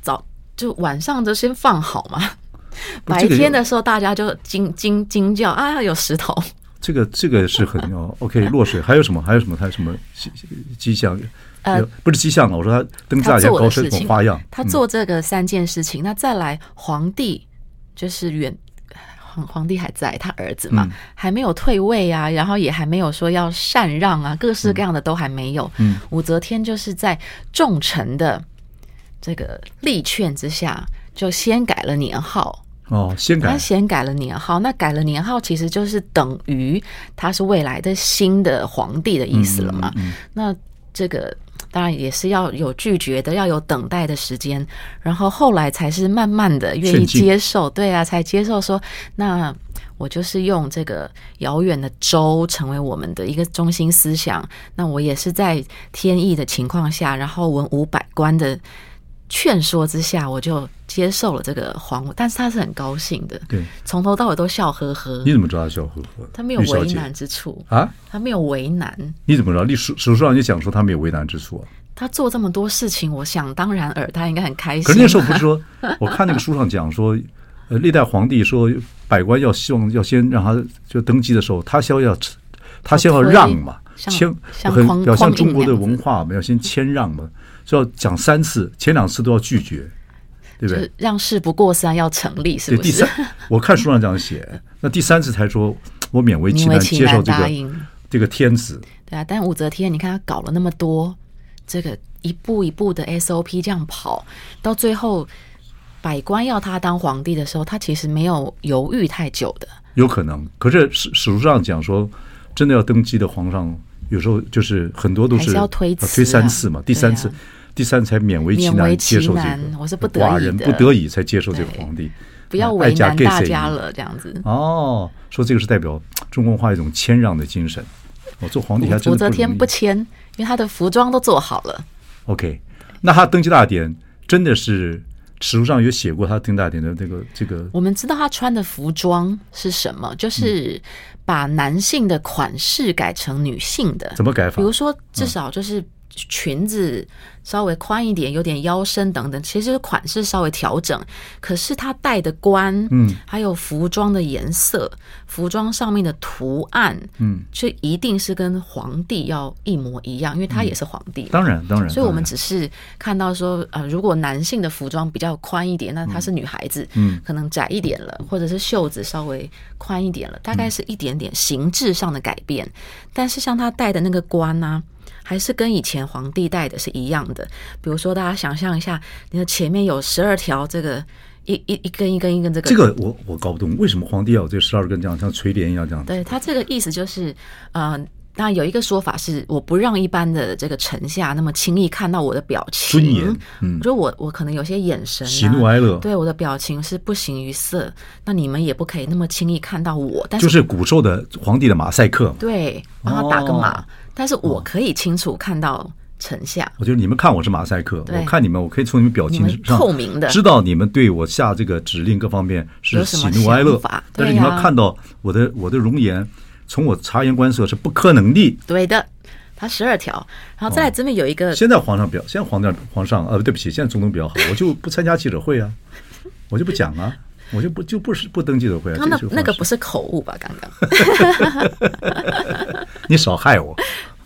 Speaker 2: 早、就晚上就先放好嘛。
Speaker 1: 不
Speaker 2: 白
Speaker 1: 哦这个
Speaker 2: 天
Speaker 1: 有
Speaker 2: 的时候，大家就惊惊惊叫啊，有石头。
Speaker 1: 这个这个是很哦，OK，落水还有什么？还有什么？还有什么迹迹象？
Speaker 2: 呃
Speaker 1: 有，不是迹象了，我说他登基
Speaker 2: 他
Speaker 1: 大家
Speaker 2: 做
Speaker 1: 搞
Speaker 2: 的
Speaker 1: 出
Speaker 2: 事
Speaker 1: 什么
Speaker 2: 情，
Speaker 1: 花样？
Speaker 2: 他
Speaker 1: 嗯
Speaker 2: 做这个三件事情，那再来皇帝就是远。皇皇帝还在，他儿子嘛、
Speaker 1: 嗯
Speaker 2: 还没有退位啊，然后也还没有说要禅让啊，各式各样的都还没有。
Speaker 1: 嗯
Speaker 2: 武则天就是在众臣的这个力劝之下，就先改了年号。
Speaker 1: 哦，先
Speaker 2: 他
Speaker 1: 改
Speaker 2: 先改了年号，那改了年号其实就是等于他是未来的新的皇帝的意思了嘛。
Speaker 1: 嗯嗯
Speaker 2: 那这个当然也是要有拒绝的，要有等待的时间，然后后来才是慢慢的愿意
Speaker 1: 劝进
Speaker 2: 接受，对啊，才接受说那。我就是用这个遥远的州成为我们的一个中心思想。那我也是在天意的情况下，然后文武百官的劝说之下，我就接受了这个皇位。但是他是很高兴的，
Speaker 1: 对，
Speaker 2: 从头到尾都笑呵呵
Speaker 1: 你，怎么知道他笑呵呵？
Speaker 2: 他没有
Speaker 1: 玉小
Speaker 2: 为
Speaker 1: 姐
Speaker 2: 难之处，
Speaker 1: 啊？
Speaker 2: 他没有为难。
Speaker 1: 你怎么知道？历史史书上也讲说他没有为难之处啊。
Speaker 2: 他做这么多事情，我想当然尔，他应该很开
Speaker 1: *laughs*
Speaker 2: 心。啊
Speaker 1: 可是那时候不是说， *laughs* 我看那个书上讲说，呃，历代皇帝说百官要希望要先让他就登基的时候，他先要他先要
Speaker 2: 推
Speaker 1: 让嘛，
Speaker 2: 像
Speaker 1: 谦
Speaker 2: 像
Speaker 1: 很
Speaker 2: 匡
Speaker 1: 表像
Speaker 2: 匡胤
Speaker 1: 中国
Speaker 2: 那
Speaker 1: 的
Speaker 2: 样子
Speaker 1: 文化嘛，要先谦让嘛，所以要讲三次，前两次都要拒绝，对不
Speaker 2: 就
Speaker 1: 对
Speaker 2: 是？让事不过三要成立，是
Speaker 1: 对，
Speaker 2: 不
Speaker 1: 第
Speaker 2: 是
Speaker 1: 三？，我看书上这样写，那第三次才说，我勉为
Speaker 2: 宁
Speaker 1: 其
Speaker 2: 为
Speaker 1: 难
Speaker 2: 其
Speaker 1: 接受
Speaker 2: 难
Speaker 1: 这
Speaker 2: 答
Speaker 1: 个
Speaker 2: 应。
Speaker 1: 这个天子，
Speaker 2: 对啊，但武则天，你看她搞了那么多，这个一步一步的 SOP 这样跑，到最后百官要她当皇帝的时候，她其实没有犹豫太久的。
Speaker 1: 有可能。可是史史书上讲说，真的要登基的皇上，有时候就是很多都
Speaker 2: 还
Speaker 1: 是
Speaker 2: 是要推辞啊
Speaker 1: 呃推三次嘛，第三次，
Speaker 2: 对啊
Speaker 1: 第三才勉为其
Speaker 2: 勉
Speaker 1: 难
Speaker 2: 为其
Speaker 1: 接
Speaker 2: 难
Speaker 1: 受这个，
Speaker 2: 我是不得已的
Speaker 1: 寡人不得已才接受这个皇帝，
Speaker 2: 不要
Speaker 1: 啊
Speaker 2: 为难大。
Speaker 1: 爱嫁
Speaker 2: 家
Speaker 1: 嫁谁
Speaker 2: 了，这样子。
Speaker 1: 哦，说这个是代表中国文化一种谦让的精神。我、做皇帝还真
Speaker 2: 武
Speaker 1: 的
Speaker 2: 则
Speaker 1: 不容
Speaker 2: 天
Speaker 1: 易
Speaker 2: 不签，因为她的服装都做好了。
Speaker 1: OK，那他登基大典真的是史书上有写过他登基大典的这个这个
Speaker 2: 我们知道她穿的服装是什么，就是把男性的款式改成女性的。
Speaker 1: 怎么改
Speaker 2: 比
Speaker 1: 法
Speaker 2: 如？说，至少
Speaker 1: 嗯
Speaker 2: 就是裙子稍微宽一点，有点腰身等等，其实款式稍微调整。可是她戴的冠，
Speaker 1: 嗯，
Speaker 2: 还有服装的颜色、服装上面的图案，
Speaker 1: 嗯，
Speaker 2: 就一定是跟皇帝要一模一样，因为
Speaker 1: 嗯
Speaker 2: 他也是皇帝嘛。
Speaker 1: 当然当然，
Speaker 2: 所以我
Speaker 1: 当然
Speaker 2: 们只是看到说，呃，如果男性的服装比较宽一点，那她是女孩子，
Speaker 1: 嗯
Speaker 2: 可能窄一点了，或者是袖子稍微宽一点了，大概是一点点形制上的改变。但是像她戴的那个冠呢、还是跟以前皇帝戴的是一样的。比如说，大家想象一下，你的前面有十二条这个一一一根一根一根这个
Speaker 1: 这个我我搞不懂，为什么皇帝要有这十二根这样像垂帘一样这样？
Speaker 2: 对他这个意思就是，呃，那有一个说法是，我不让一般的这个臣下那么轻易看到我的表情，
Speaker 1: 尊严嗯
Speaker 2: 就我我可能有些眼神、啊、
Speaker 1: 喜怒哀乐
Speaker 2: 对我的表情是不形于色。那你们也不可以那么轻易看到我，但是
Speaker 1: 就是古兽的皇帝的马赛克嘛。
Speaker 2: 对，帮他打个码，
Speaker 1: 哦
Speaker 2: 但是我可以清楚看到臣下。
Speaker 1: 我觉得你们看我是马赛克，
Speaker 2: 对
Speaker 1: 我看你们，我可以从你们表情
Speaker 2: 你们
Speaker 1: 上
Speaker 2: 透明的
Speaker 1: 知道你们对我下这个指令各方面是
Speaker 2: 有什
Speaker 1: 喜
Speaker 2: 么
Speaker 1: 怒哀乐
Speaker 2: 想法，
Speaker 1: 但是
Speaker 2: 对
Speaker 1: 你
Speaker 2: 呀
Speaker 1: 们要看到我的我的容颜，从我察言观色是不可能的。
Speaker 2: 对的，他十二条，然后再来
Speaker 1: 哦
Speaker 2: 这边有一个
Speaker 1: 现在皇上比较，现在皇上皇上呃，对不起，现在总统比较好，我就不参加记者会啊，我就不讲啊，我就不就不是不登记者会啊。
Speaker 2: 刚刚
Speaker 1: 这
Speaker 2: 那
Speaker 1: 是
Speaker 2: 那个
Speaker 1: 皇
Speaker 2: 不是口误吧？刚刚
Speaker 1: 上你少害我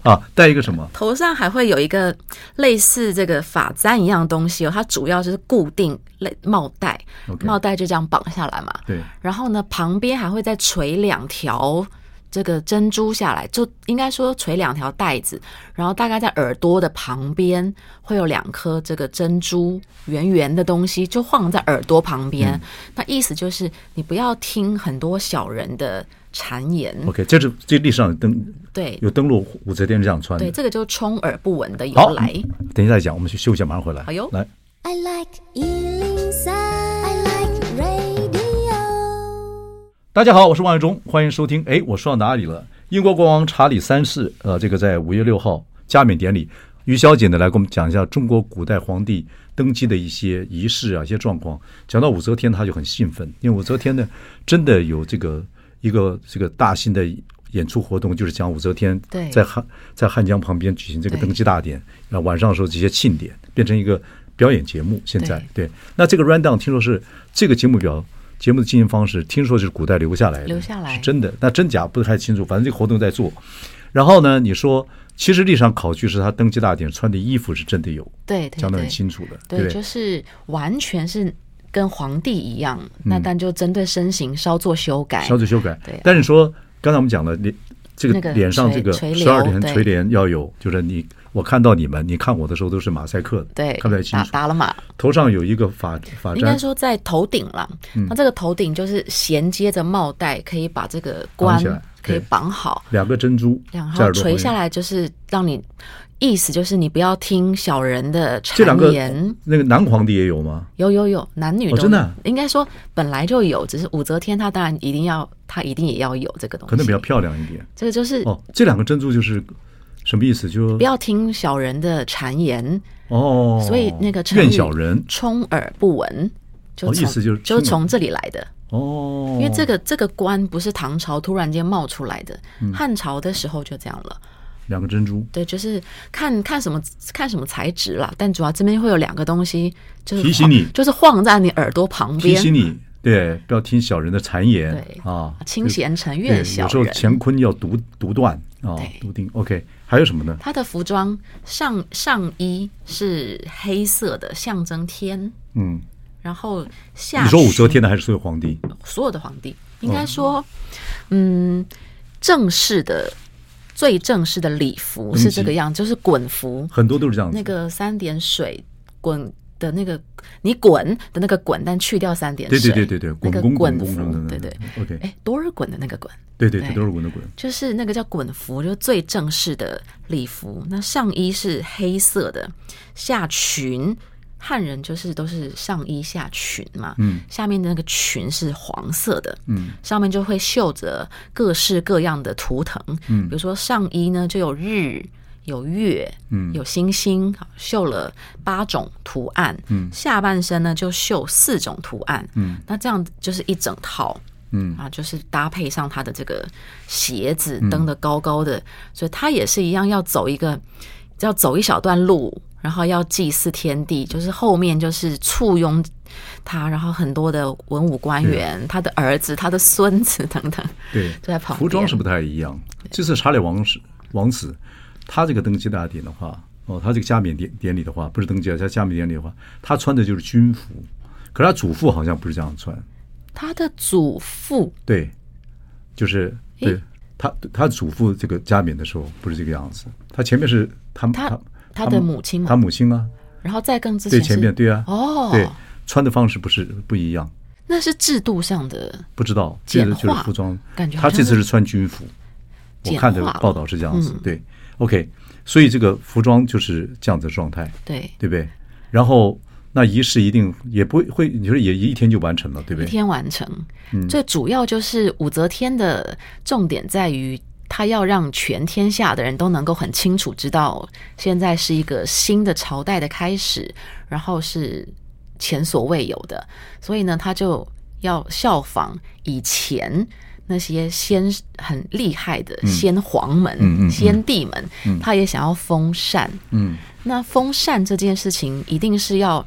Speaker 1: 啊！带一个什么？
Speaker 2: 头上还会有一个类似这个发簪一样的东西哦，它主要就是固定类帽带
Speaker 1: OK
Speaker 2: 帽带就这样绑下来嘛。
Speaker 1: 对，
Speaker 2: 然后呢，旁边还会再垂两条这个珍珠下来，就应该说垂两条带子，然后大概在耳朵的旁边会有两颗这个珍珠圆圆的东西，就晃在耳朵旁边。
Speaker 1: 嗯
Speaker 2: 那意思就是你不要听很多小人的谗言，
Speaker 1: OK，这是这历史上有登
Speaker 2: 对
Speaker 1: 哦有登录武则天这样穿
Speaker 2: 对，
Speaker 1: 的。
Speaker 2: 这个就充耳不闻的由
Speaker 1: 好
Speaker 2: 来。，
Speaker 1: 等一下再讲，我们去休息一下，马上回来。
Speaker 2: 好哟
Speaker 1: 来，
Speaker 3: I like Ealing Sound. I like radio.
Speaker 1: 大家好，我是王伟忠，欢迎收听。哎，我说到哪里了？英国国王查理三世，呃，这个在五月六号加冕典礼，于小姐呢来给我们讲一下中国古代皇帝登基的一些仪式啊，一些状况。讲到武则天，她就很兴奋，因为武则天呢真的有这个一个这个大型的演出活动，就是讲武则天
Speaker 2: 对
Speaker 1: 在汉在汉江旁边举行这个
Speaker 2: 对
Speaker 1: 登基大典，然后晚上的时候这些庆典变成一个表演节目。现在对，那这个 rundown 听说是这个节目表。节目的进行方式，听说是古代留下来的，
Speaker 2: 留下来
Speaker 1: 是真的，那真假不太清楚，反正这个活动在做。然后呢，你说其实历史上考据是他登基大典穿的衣服是真的有，
Speaker 2: 对，对
Speaker 1: 讲得
Speaker 2: 对
Speaker 1: 很清楚的，
Speaker 2: 对，
Speaker 1: 不
Speaker 2: 就
Speaker 1: 对？
Speaker 2: 是完全是跟皇帝一样，那但就针对身形稍作修改
Speaker 1: 嗯稍。作修改
Speaker 2: 对啊。
Speaker 1: 但是说刚才我们讲了，你这个
Speaker 2: 那个
Speaker 1: 脸上这
Speaker 2: 垂
Speaker 1: 个
Speaker 2: 垂
Speaker 1: 十二
Speaker 2: 帘
Speaker 1: 点
Speaker 2: 对
Speaker 1: 垂帘要有，就是你我看到你们，你看我的时候都是马赛克的，
Speaker 2: 对，
Speaker 1: 看不太清
Speaker 2: 打
Speaker 1: 楚。
Speaker 2: 打了码，
Speaker 1: 头上有一个发发
Speaker 2: 应该
Speaker 1: 簪，
Speaker 2: 说在头顶啦。
Speaker 1: 嗯
Speaker 2: 那这个头顶就是衔接着帽带，可以把这个冠
Speaker 1: 绑起来
Speaker 2: 可以
Speaker 1: 对
Speaker 2: 绑好，
Speaker 1: 两个珍珠
Speaker 2: 然
Speaker 1: 在
Speaker 2: 后
Speaker 1: 耳朵旁
Speaker 2: 垂
Speaker 1: 边
Speaker 2: 下。来就是让你，意思就是你不要听小人的
Speaker 1: 这两
Speaker 2: 谗
Speaker 1: 个
Speaker 2: 言。
Speaker 1: 那个男皇帝也有吗？
Speaker 2: 有有有，男女
Speaker 1: 哦
Speaker 2: 都、
Speaker 1: 真的啊
Speaker 2: 应该说本来就有，只是武则天她当然一定要，她一定也要有这个东西。
Speaker 1: 可能比较漂亮一点。
Speaker 2: 这个就是
Speaker 1: 哦，这两个珍珠就是什么意思？就
Speaker 2: 不要听小人的谗言，
Speaker 1: 哦，
Speaker 2: 所以那个成
Speaker 1: 怨
Speaker 2: 语
Speaker 1: 小人
Speaker 2: 充耳不闻，就
Speaker 1: 哦
Speaker 2: 从、
Speaker 1: 意思就是
Speaker 2: 就是
Speaker 1: 充
Speaker 2: 从这里来的。
Speaker 1: 哦，
Speaker 2: 因为这个这个官不是唐朝突然间冒出来的，
Speaker 1: 嗯
Speaker 2: 汉朝的时候就这样了。
Speaker 1: 两个珍珠
Speaker 2: 对，就是看看什么看什么材质啦，但主要这边会有两个东西，就是
Speaker 1: 提醒
Speaker 2: 晃
Speaker 1: 你
Speaker 2: 就是晃在你耳朵旁
Speaker 1: 提
Speaker 2: 边，
Speaker 1: 醒你，对，不要听小人的谗言
Speaker 2: 对
Speaker 1: 啊，
Speaker 2: 清闲成
Speaker 1: 对
Speaker 2: 怨小
Speaker 1: 有时候
Speaker 2: 人。
Speaker 1: 乾坤要独独断啊
Speaker 2: 对，
Speaker 1: 独定。OK，还有什么呢？
Speaker 2: 他的服装上上衣是黑色的，象征天，
Speaker 1: 嗯，
Speaker 2: 然后下
Speaker 1: 你说武则
Speaker 2: 裙
Speaker 1: 天的还是所有皇帝？
Speaker 2: 所有的皇帝，应该说，嗯，正式的最正式的礼服
Speaker 1: 西
Speaker 2: 是这个样，就是滚服，
Speaker 1: 很多都是这样子。
Speaker 2: 那个三点水滚的那个你滚的那个滚，但去掉三点
Speaker 1: 对
Speaker 2: 水，
Speaker 1: 对对对对，滚
Speaker 2: 那个
Speaker 1: 弓
Speaker 2: 滚
Speaker 1: 滚弓
Speaker 2: 服
Speaker 1: 等等，
Speaker 2: 对对，
Speaker 1: OK，
Speaker 2: 哎，多尔衮的那个滚。
Speaker 1: 对对对，
Speaker 2: 对
Speaker 1: 都是滚的滚。
Speaker 2: 就是那个叫滚服，就是最正式的礼服。那上衣是黑色的，下裙汉人就是都是上衣下裙嘛，
Speaker 1: 嗯，
Speaker 2: 下面的那个裙是黄色的，
Speaker 1: 嗯，
Speaker 2: 上面就会绣着各式各样的图腾，
Speaker 1: 嗯
Speaker 2: 比如说上衣呢就有日。有月，
Speaker 1: 嗯
Speaker 2: 有星星，绣了八种图案，
Speaker 1: 嗯
Speaker 2: 下半身呢就绣四种图案，
Speaker 1: 嗯，
Speaker 2: 那这样就是一整套，
Speaker 1: 嗯
Speaker 2: 啊，就是搭配上他的这个鞋子蹬得高高的，所以他也是一样要走一个，要走一小段路，然后要祭祀天地，就是后面就是簇拥他，然后很多的文武官员、他的儿子、他的孙子等等，
Speaker 1: 对，
Speaker 2: 就在旁边
Speaker 1: 服装是不太一样。这次查理王室王子，他这个登基大典的话，哦，他这个加冕典典礼的话，不是登基啊，他加冕典礼的话，他穿的就是军服。可是他祖父好像不是这样穿，
Speaker 2: 他的祖父
Speaker 1: 对，就是
Speaker 2: 诶
Speaker 1: 对他他祖父这个加冕的时候不是这个样子，他前面是他
Speaker 2: 他
Speaker 1: 他
Speaker 2: 他的母亲嘛
Speaker 1: 他母亲啊，
Speaker 2: 然后再更之前
Speaker 1: 对
Speaker 2: 是
Speaker 1: 前面对啊，
Speaker 2: 哦，
Speaker 1: 对穿的方式不是不一样，
Speaker 2: 那是制度上的
Speaker 1: 不知道这个
Speaker 2: 简
Speaker 1: 就是
Speaker 2: 化
Speaker 1: 服装，
Speaker 2: 感觉好
Speaker 1: 他
Speaker 2: 像
Speaker 1: 这次
Speaker 2: 是
Speaker 1: 是穿军服，我
Speaker 2: 简
Speaker 1: 看的
Speaker 2: 化了嗯
Speaker 1: 报道是这样子，对，OK，所以这个服装就是这样子的状态，
Speaker 2: 对，
Speaker 1: 对不对？然后那仪式一定也不会会，你说也一天就完成了，对不嗯
Speaker 2: 一
Speaker 1: 对？
Speaker 2: 天完成。最主要就是武则天的重点在于，她要让全天下的人都能够很清楚知道，现在是一个新的朝代的开始，然后是前所未有的。所以呢，她就要效仿以前。那些先很厉害的先皇们、
Speaker 1: 嗯嗯嗯
Speaker 2: 先帝们，她也想要封禅，
Speaker 1: 嗯
Speaker 2: 那封禅这件事情，一定是要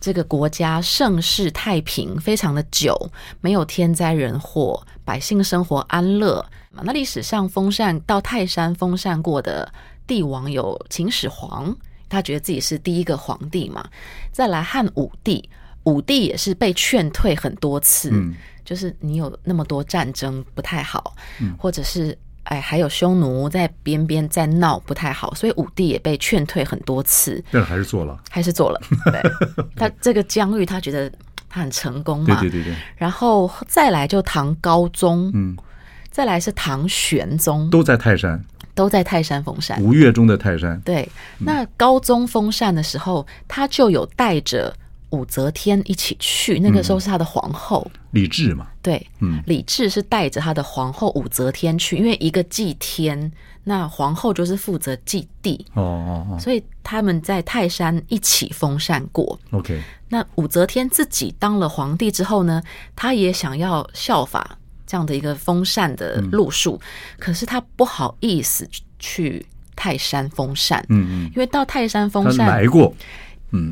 Speaker 2: 这个国家盛世太平，非常的久，没有天灾人祸，百姓生活安乐。那历史上封禅到泰山封禅过的帝王有秦始皇，他觉得自己是第一个皇帝嘛。再来汉武帝，武帝也是被劝退很多次，
Speaker 1: 嗯
Speaker 2: 就是你有那么多战争不太好，
Speaker 1: 嗯
Speaker 2: 或者是哎还有匈奴在边边在闹不太好，所以武帝也被劝退很多次，
Speaker 1: 但是还是做了，
Speaker 2: 还
Speaker 1: *laughs*
Speaker 2: 是做了。对，他这个疆域他觉得他很成功
Speaker 1: 对
Speaker 2: 嘛，
Speaker 1: 对对对，
Speaker 2: 然后再来就唐高宗，
Speaker 1: 嗯，
Speaker 2: 再来是唐玄宗，
Speaker 1: 都哦在泰山，
Speaker 2: 都在泰山封禅。
Speaker 1: 吴越中的泰山，
Speaker 2: 对，
Speaker 1: 嗯
Speaker 2: 那高宗封禅的时候，他就有带着武则天一起去，那个
Speaker 1: 嗯
Speaker 2: 时候是他的皇后。
Speaker 1: 李治嘛，
Speaker 2: 对，
Speaker 1: 嗯
Speaker 2: 李治是带着他的皇后武则天去，因为一个祭天，那皇后就是负责祭地，
Speaker 1: 哦哦
Speaker 2: 所以他们在泰山一起封禅过。
Speaker 1: 哦，OK，
Speaker 2: 那武则天自己当了皇帝之后呢，她也想要效法这样的一个封禅的路数，
Speaker 1: 嗯
Speaker 2: 可是她不好意思去去泰山封禅，
Speaker 1: 嗯嗯，
Speaker 2: 因为到泰山封
Speaker 1: 他
Speaker 2: 禅
Speaker 1: 来，过，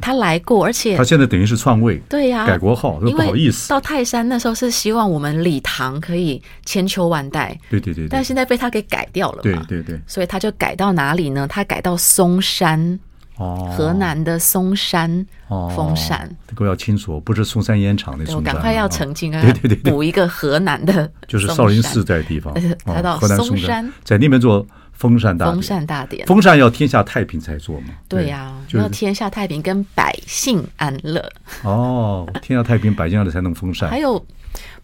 Speaker 2: 她来过，而且
Speaker 1: 他现在等于是篡位，
Speaker 2: 对呀、
Speaker 1: 改国号，
Speaker 2: 因
Speaker 1: 不
Speaker 2: 为
Speaker 1: 好意思，
Speaker 2: 到泰山那时候是希望我们礼堂可以千秋万代，
Speaker 1: 对对对
Speaker 2: 但
Speaker 1: 对，
Speaker 2: 现在被他给改掉了嘛。
Speaker 1: 对对对，
Speaker 2: 所以他就改到哪里呢？他改到嵩山，
Speaker 1: 哦，
Speaker 2: 河南的嵩山
Speaker 1: 哦
Speaker 2: 封禅。，
Speaker 1: 这个要清楚，不是松山烟厂那
Speaker 2: 对
Speaker 1: 松
Speaker 2: 我
Speaker 1: 山啊，
Speaker 2: 赶快要澄清，
Speaker 1: 对对对对，
Speaker 2: 补一个河南的嵩山，
Speaker 1: *laughs* 就是少林寺在的地方
Speaker 2: 对，
Speaker 1: 哦
Speaker 2: 他到
Speaker 1: 河南
Speaker 2: 嵩
Speaker 1: 嵩
Speaker 2: 山
Speaker 1: 山，在那边做封禅大典，
Speaker 2: 封禅大典。
Speaker 1: 封禅要天下太平才做嘛，
Speaker 2: 对呀、
Speaker 1: 就
Speaker 2: 要
Speaker 1: 是
Speaker 2: 天下太平跟百姓安乐，
Speaker 1: 哦，天下太平，百姓的才能封
Speaker 2: 还
Speaker 1: 禅。
Speaker 2: 有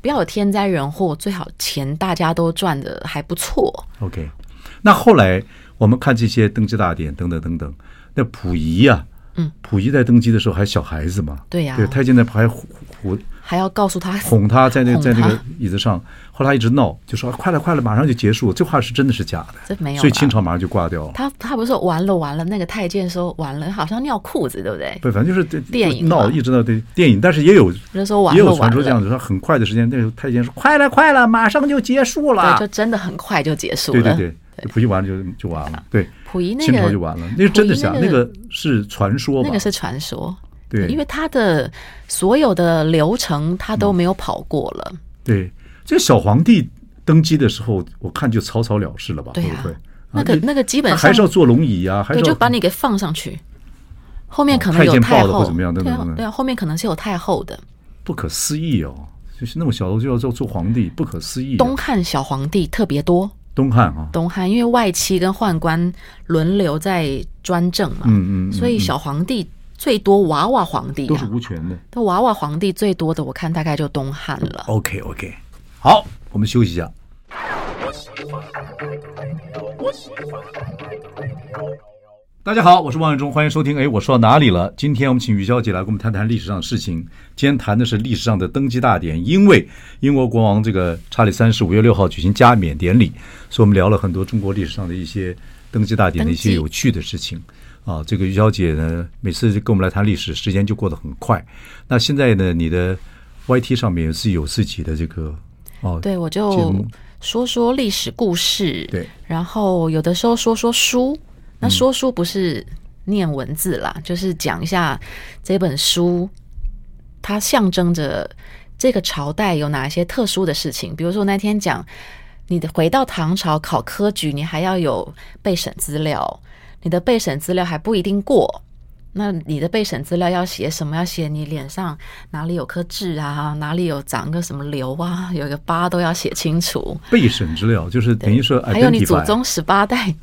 Speaker 2: 不要有天灾人祸，最好钱大家都赚的还不错。
Speaker 1: OK，那后来我们看这些登基大典等等等等，那溥仪呀、
Speaker 2: 嗯，
Speaker 1: 溥仪在登基的时候还小孩子嘛，
Speaker 2: 对呀
Speaker 1: 对，太监在旁边哄
Speaker 2: 还要告诉他
Speaker 1: 哄他，在那
Speaker 2: 哄
Speaker 1: 在
Speaker 2: 他
Speaker 1: 那个椅子上，后来一直闹，就说啊快了快了，马上就结束，这话是真的是假的，
Speaker 2: 这没有啦，
Speaker 1: 所以清朝马上就挂掉了。
Speaker 2: 他他不是说完了完了，那个太监说完了，好像尿裤子，对不对？
Speaker 1: 不，反正就是这
Speaker 2: 电影
Speaker 1: 闹，
Speaker 2: 嘛
Speaker 1: 一直到对电影，但是也有
Speaker 2: 就是说完
Speaker 1: 也
Speaker 2: 了
Speaker 1: 有传说
Speaker 2: 完
Speaker 1: 这样
Speaker 2: 了
Speaker 1: 子，说很快的时间，那时候太监说快了快了，马上就结束
Speaker 2: 对，就
Speaker 1: 了，
Speaker 2: 真的很快就结束
Speaker 1: 对
Speaker 2: 了。
Speaker 1: 对对，溥仪完了就就完了，对，
Speaker 2: 溥仪那
Speaker 1: 清朝就
Speaker 2: 个
Speaker 1: 完了，那是真的假？
Speaker 2: 溥仪
Speaker 1: 那
Speaker 2: 那个
Speaker 1: 个是传说吧？
Speaker 2: 那个是传说，
Speaker 1: 对，
Speaker 2: 因为他的所有的流程他都没有跑过了，
Speaker 1: 对这个小皇帝登基的时候，我看就草草了事了吧？
Speaker 2: 对
Speaker 1: 会
Speaker 2: 啊
Speaker 1: 不会？
Speaker 2: 那个
Speaker 1: 啊
Speaker 2: 那个基本
Speaker 1: 他
Speaker 2: 上
Speaker 1: 还是要坐龙椅啊，还是
Speaker 2: 对，
Speaker 1: 要
Speaker 2: 就把你给放上去。后面可能
Speaker 1: 太
Speaker 2: 有
Speaker 1: 监
Speaker 2: 太
Speaker 1: 抱的
Speaker 2: 后，
Speaker 1: 或怎么样等
Speaker 2: 对
Speaker 1: 等
Speaker 2: 啊
Speaker 1: 等等
Speaker 2: 对啊，后面可能是有太后的。
Speaker 1: 不可思议哦！就是那么小的就要做做皇帝，不可思议啊、
Speaker 2: 东汉小皇帝特别多，
Speaker 1: 东汉啊，
Speaker 2: 东汉因为外戚跟宦官轮流在专政嘛，
Speaker 1: 嗯嗯嗯
Speaker 2: 所以小皇帝最多娃娃皇帝、啊、
Speaker 1: 都是无权的。
Speaker 2: 那娃娃皇帝最多的，我看大概就东汉了。
Speaker 1: OK OK，好，我们休息一下。大家好，我是王永忠，欢迎收听。哎，我说到哪里了？今天我们请于小姐来跟我们谈谈历史上的事情。今天谈的是历史上的登基大典，因为英国国王这个查理三世五月六号举行加冕典礼，所以我们聊了很多中国历史上的一些登基大典的一些
Speaker 2: 登基
Speaker 1: 有趣的事情。啊，这个于小姐呢，每次跟我们来谈历史，时间就过得很快。那现在呢，你的 YT 上面也是有自己的这个哦，
Speaker 2: 对，我
Speaker 1: 节
Speaker 2: 就
Speaker 1: 目
Speaker 2: 说说历史故事，
Speaker 1: 对，嗯
Speaker 2: 然后有的时候说说书。那说书不是念文字啦，就是讲一下这本书，它象征着这个朝代有哪些特殊的事情。比如说我那天讲，你的回到唐朝考科举，你还要有备审资料，你的备审资料还不一定过。那你的备审资料要写什么？要写你脸上哪里有颗痣啊，哪里有长个什么瘤啊，有一个疤都要写清楚。
Speaker 1: 备审资料，就是等于说 identify，
Speaker 2: 还有你祖宗十八代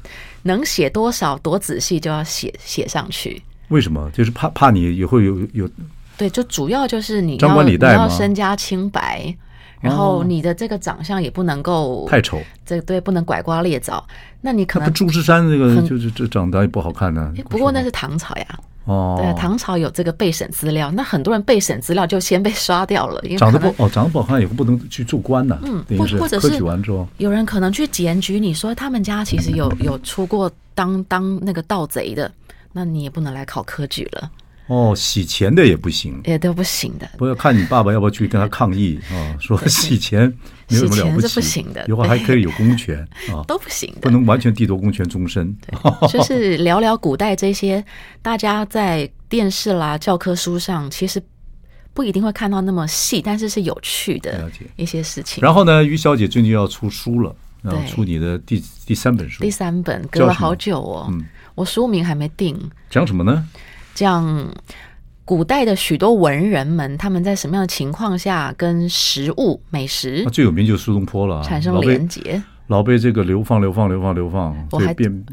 Speaker 2: 能写多少多仔细就要写写上去。
Speaker 1: 为什么？就是怕怕你以后有有
Speaker 2: 对，就主要就是你
Speaker 1: 张
Speaker 2: 要
Speaker 1: 冠
Speaker 2: 你
Speaker 1: 李戴
Speaker 2: 要
Speaker 1: 吗
Speaker 2: 身家清白，然后
Speaker 1: 哦
Speaker 2: 你的这个长相也不能够
Speaker 1: 太丑，
Speaker 2: 这对不能拐瓜裂枣，那你可
Speaker 1: 那不
Speaker 2: 能
Speaker 1: 朱之山这个
Speaker 2: 很
Speaker 1: 就是这长得也不好看呢
Speaker 2: 诶。不过那是唐朝呀，
Speaker 1: 哦，
Speaker 2: 对啊，唐朝有这个备审资料，那很多人备审资料就先被刷掉了，因为
Speaker 1: 长得
Speaker 2: 可能
Speaker 1: 不哦，长得不好看也不能去做官呐。
Speaker 2: 嗯
Speaker 1: 等于
Speaker 2: 或
Speaker 1: 是
Speaker 2: 或者
Speaker 1: 科
Speaker 2: 是
Speaker 1: 举完之后，
Speaker 2: 有人可能去检举你说他们家其实有有出过当当那个盗贼的，那你也不能来考科举了，
Speaker 1: 哦，洗钱的也不行。
Speaker 2: 也都不行的。
Speaker 1: 不要看你爸爸要不要去跟他抗议啊，说洗钱没有什么了
Speaker 2: 洗钱是
Speaker 1: 起，
Speaker 2: 不行的
Speaker 1: 以后还可以有公权啊，
Speaker 2: 都不行的，
Speaker 1: 不能完全地夺公权终身。
Speaker 2: 对， *laughs* 就是聊聊古代这些，大家在电视啦、教科书上其实不一定会看到那么细，但是是有趣
Speaker 1: 了
Speaker 2: 的
Speaker 1: 解
Speaker 2: 一些事情。
Speaker 1: 然后呢，于小姐最近要出书了，然后
Speaker 2: 对
Speaker 1: 出你的第第三本书
Speaker 2: 第，三本
Speaker 1: 叫
Speaker 2: 隔了
Speaker 1: 什么
Speaker 2: 好久哦，
Speaker 1: 嗯
Speaker 2: 我书名还没定，
Speaker 1: 讲什么呢？
Speaker 2: 嗯讲古代的许多文人们他们在什么样的情况下跟食物、美食
Speaker 1: 那啊最有名就是苏东坡了啊，
Speaker 2: 产生
Speaker 1: 老被
Speaker 2: 连结。
Speaker 1: 老被这个流放流放流放流放，
Speaker 2: 我
Speaker 1: 所以
Speaker 2: 还
Speaker 1: 变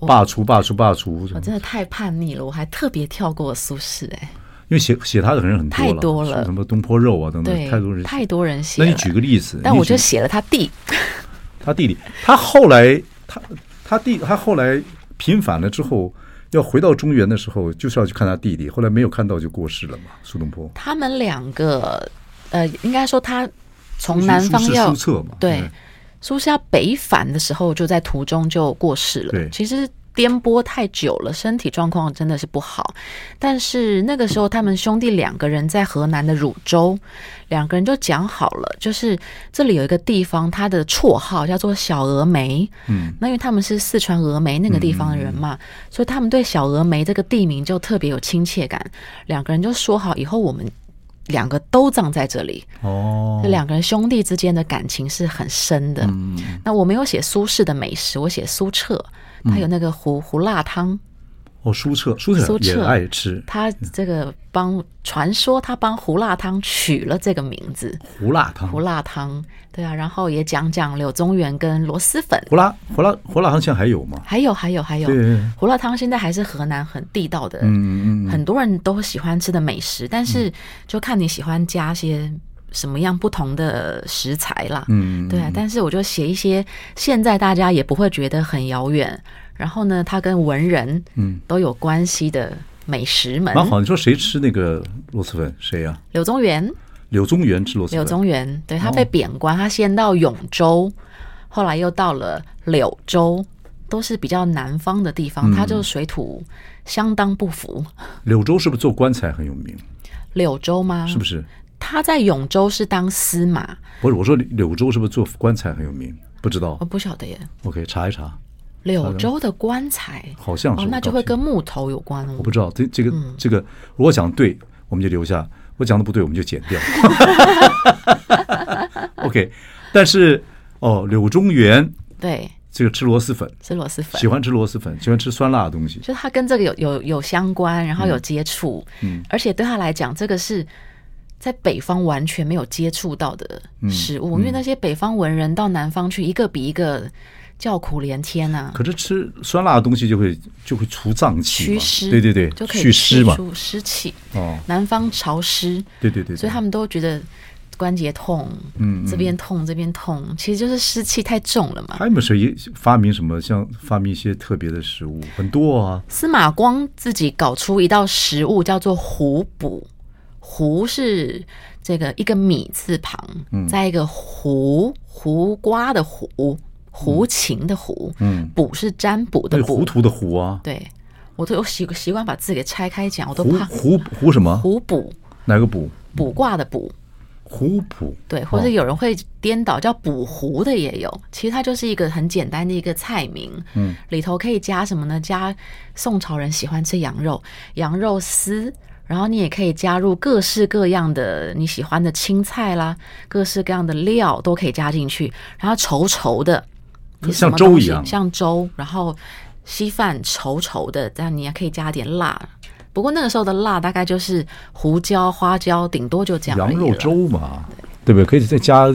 Speaker 2: 我
Speaker 1: 罢黜罢黜罢黜，
Speaker 2: 我真的太叛逆了，我还特别跳过苏轼，哎，
Speaker 1: 因为写写他的人很多了，
Speaker 2: 太多了
Speaker 1: 说什么东坡肉啊等等，
Speaker 2: 对，
Speaker 1: 太多人写。
Speaker 2: 太多人写
Speaker 1: 那
Speaker 2: 了。
Speaker 1: 你举个例子，
Speaker 2: 但
Speaker 1: 你
Speaker 2: 我就
Speaker 1: 举
Speaker 2: 写了他弟，
Speaker 1: 他弟弟，他后来他他弟他后来平反了之后，要回到中原的时候，就是要去看他弟弟，后来没有看到就过世了嘛。苏东坡
Speaker 2: 他们两个，呃，应该说他从
Speaker 1: 苏
Speaker 2: 南
Speaker 1: 苏
Speaker 2: 方
Speaker 1: 轼
Speaker 2: 要
Speaker 1: 苏辙嘛，嗯
Speaker 2: 对苏轼要北返的时候，就在途中就过世
Speaker 1: 对
Speaker 2: 了。其实颠簸太久了，身体状况真的是不好。但是那个时候，他们兄弟两个人在河南的汝州，两个人就讲好了，就是这里有一个地方，它的绰号叫做小峨眉。
Speaker 1: 嗯，
Speaker 2: 那因为他们是四川峨眉那个地方的人嘛，所以他们对小峨眉这个地名就特别有亲切感。两个人就说好，以后我们两个都葬在这里。
Speaker 1: 哦
Speaker 2: 这，两个人兄弟之间的感情是很深的。
Speaker 1: 嗯，嗯
Speaker 2: 那我没有写苏轼的美食，我写苏辙，他有那个胡胡辣汤，
Speaker 1: 哦，苏辙，苏辙
Speaker 2: 苏
Speaker 1: 也
Speaker 2: 辙
Speaker 1: 爱吃
Speaker 2: 他这个帮传说他帮胡辣汤取了这个名字，
Speaker 1: 胡辣汤，
Speaker 2: 胡辣汤，对啊，然后也讲讲柳宗元跟螺蛳粉，
Speaker 1: 胡辣胡辣胡辣汤现在还有吗？
Speaker 2: 还有还有还有
Speaker 1: 对，
Speaker 2: 胡辣汤现在还是河南很地道的，
Speaker 1: 嗯嗯嗯，
Speaker 2: 很多人都喜欢吃的美食，但是就看你喜欢加些什么样不同的食材啦，
Speaker 1: 嗯，
Speaker 2: 对啊，但是我就写一些现在大家也不会觉得很遥远，然后呢，它跟文人
Speaker 1: 嗯
Speaker 2: 都有关系的美食们。
Speaker 1: 蛮好。你说谁吃那个螺蛳粉？谁呀？
Speaker 2: 柳宗元，
Speaker 1: 柳宗元吃螺蛳粉。
Speaker 2: 柳宗
Speaker 1: 哦
Speaker 2: 元，对他被贬官，他先到永州，后来又到了柳州，都是比较南方的地
Speaker 1: 嗯
Speaker 2: 方，他就水土相当不服。
Speaker 1: 柳州是不是做棺材很有名？
Speaker 2: 柳州吗？
Speaker 1: 是不是？
Speaker 2: 他在永州是当司马，
Speaker 1: 不是，我说柳州是不是做棺材很有名？不知道
Speaker 2: 我哦不晓得耶。
Speaker 1: ，OK，查一查。
Speaker 2: 柳州的棺材，
Speaker 1: 好像是
Speaker 2: 哦，那
Speaker 1: 我告
Speaker 2: 就
Speaker 1: 诉
Speaker 2: 会
Speaker 1: 你
Speaker 2: 跟木头有关哦
Speaker 1: 我。不知道这这个、这个，如果讲对，我们就留下；我讲的不对，我们就剪掉。OK，但是哦，柳宗元
Speaker 2: 对，
Speaker 1: 这个吃螺蛳粉，
Speaker 2: 是螺蛳粉
Speaker 1: 喜。欢吃螺蛳粉，喜欢吃酸辣的东西。
Speaker 2: 就他跟这个有有有相关，
Speaker 1: 嗯
Speaker 2: 然后有接触，而且对他来讲，这个是在北方完全没有接触到的食
Speaker 1: 嗯
Speaker 2: 物，因为那些北方文人到南方去，一个比一个叫苦连天呐、啊，
Speaker 1: 可是吃酸辣的东西就会就会除脏气
Speaker 2: 祛
Speaker 1: 嘛，
Speaker 2: 湿，
Speaker 1: 对对对，
Speaker 2: 就可以
Speaker 1: 祛湿
Speaker 2: 祛
Speaker 1: 嘛，
Speaker 2: 出湿气，
Speaker 1: 哦，
Speaker 2: 南方潮湿，
Speaker 1: 对对对对，
Speaker 2: 所以他们都觉得关节痛，
Speaker 1: 嗯嗯
Speaker 2: 这边痛这边痛，其实就是湿气太重了嘛。
Speaker 1: 还有没有谁发明什么像发明一些特别的食物？很多啊，
Speaker 2: 司马光自己搞出一道食物叫做糊补，糊是这个一个米字旁，再一个胡胡瓜的胡，胡琴的胡，
Speaker 1: 嗯，
Speaker 2: 补是占卜的
Speaker 1: 那
Speaker 2: 卜
Speaker 1: 糊。涂的糊啊，
Speaker 2: 对，我都有习习惯把字给拆开讲，我都
Speaker 1: 糊
Speaker 2: 怕
Speaker 1: 糊糊什么？
Speaker 2: 胡卜
Speaker 1: 哪个补？
Speaker 2: 卜卦的卜，
Speaker 1: 糊谱
Speaker 2: 对，或者有人会颠倒叫补糊的也有，其实它就是一个很简单的一个菜名，嗯，里头可以加什么呢？加宋朝人喜欢吃羊肉，羊肉丝，然后你也可以加入各式各样的你喜欢的青菜啦，各式各样的料都可以加进去，然后稠稠的，你什么
Speaker 1: 像粥
Speaker 2: 东
Speaker 1: 一
Speaker 2: 西
Speaker 1: 样
Speaker 2: 像粥，然后稀饭稠稠的，但你也可以加点辣。不过那个时候的辣大概就是胡椒、花椒，顶多就这样而
Speaker 1: 羊
Speaker 2: 已
Speaker 1: 肉
Speaker 2: 了
Speaker 1: 粥嘛，对不对？可以再加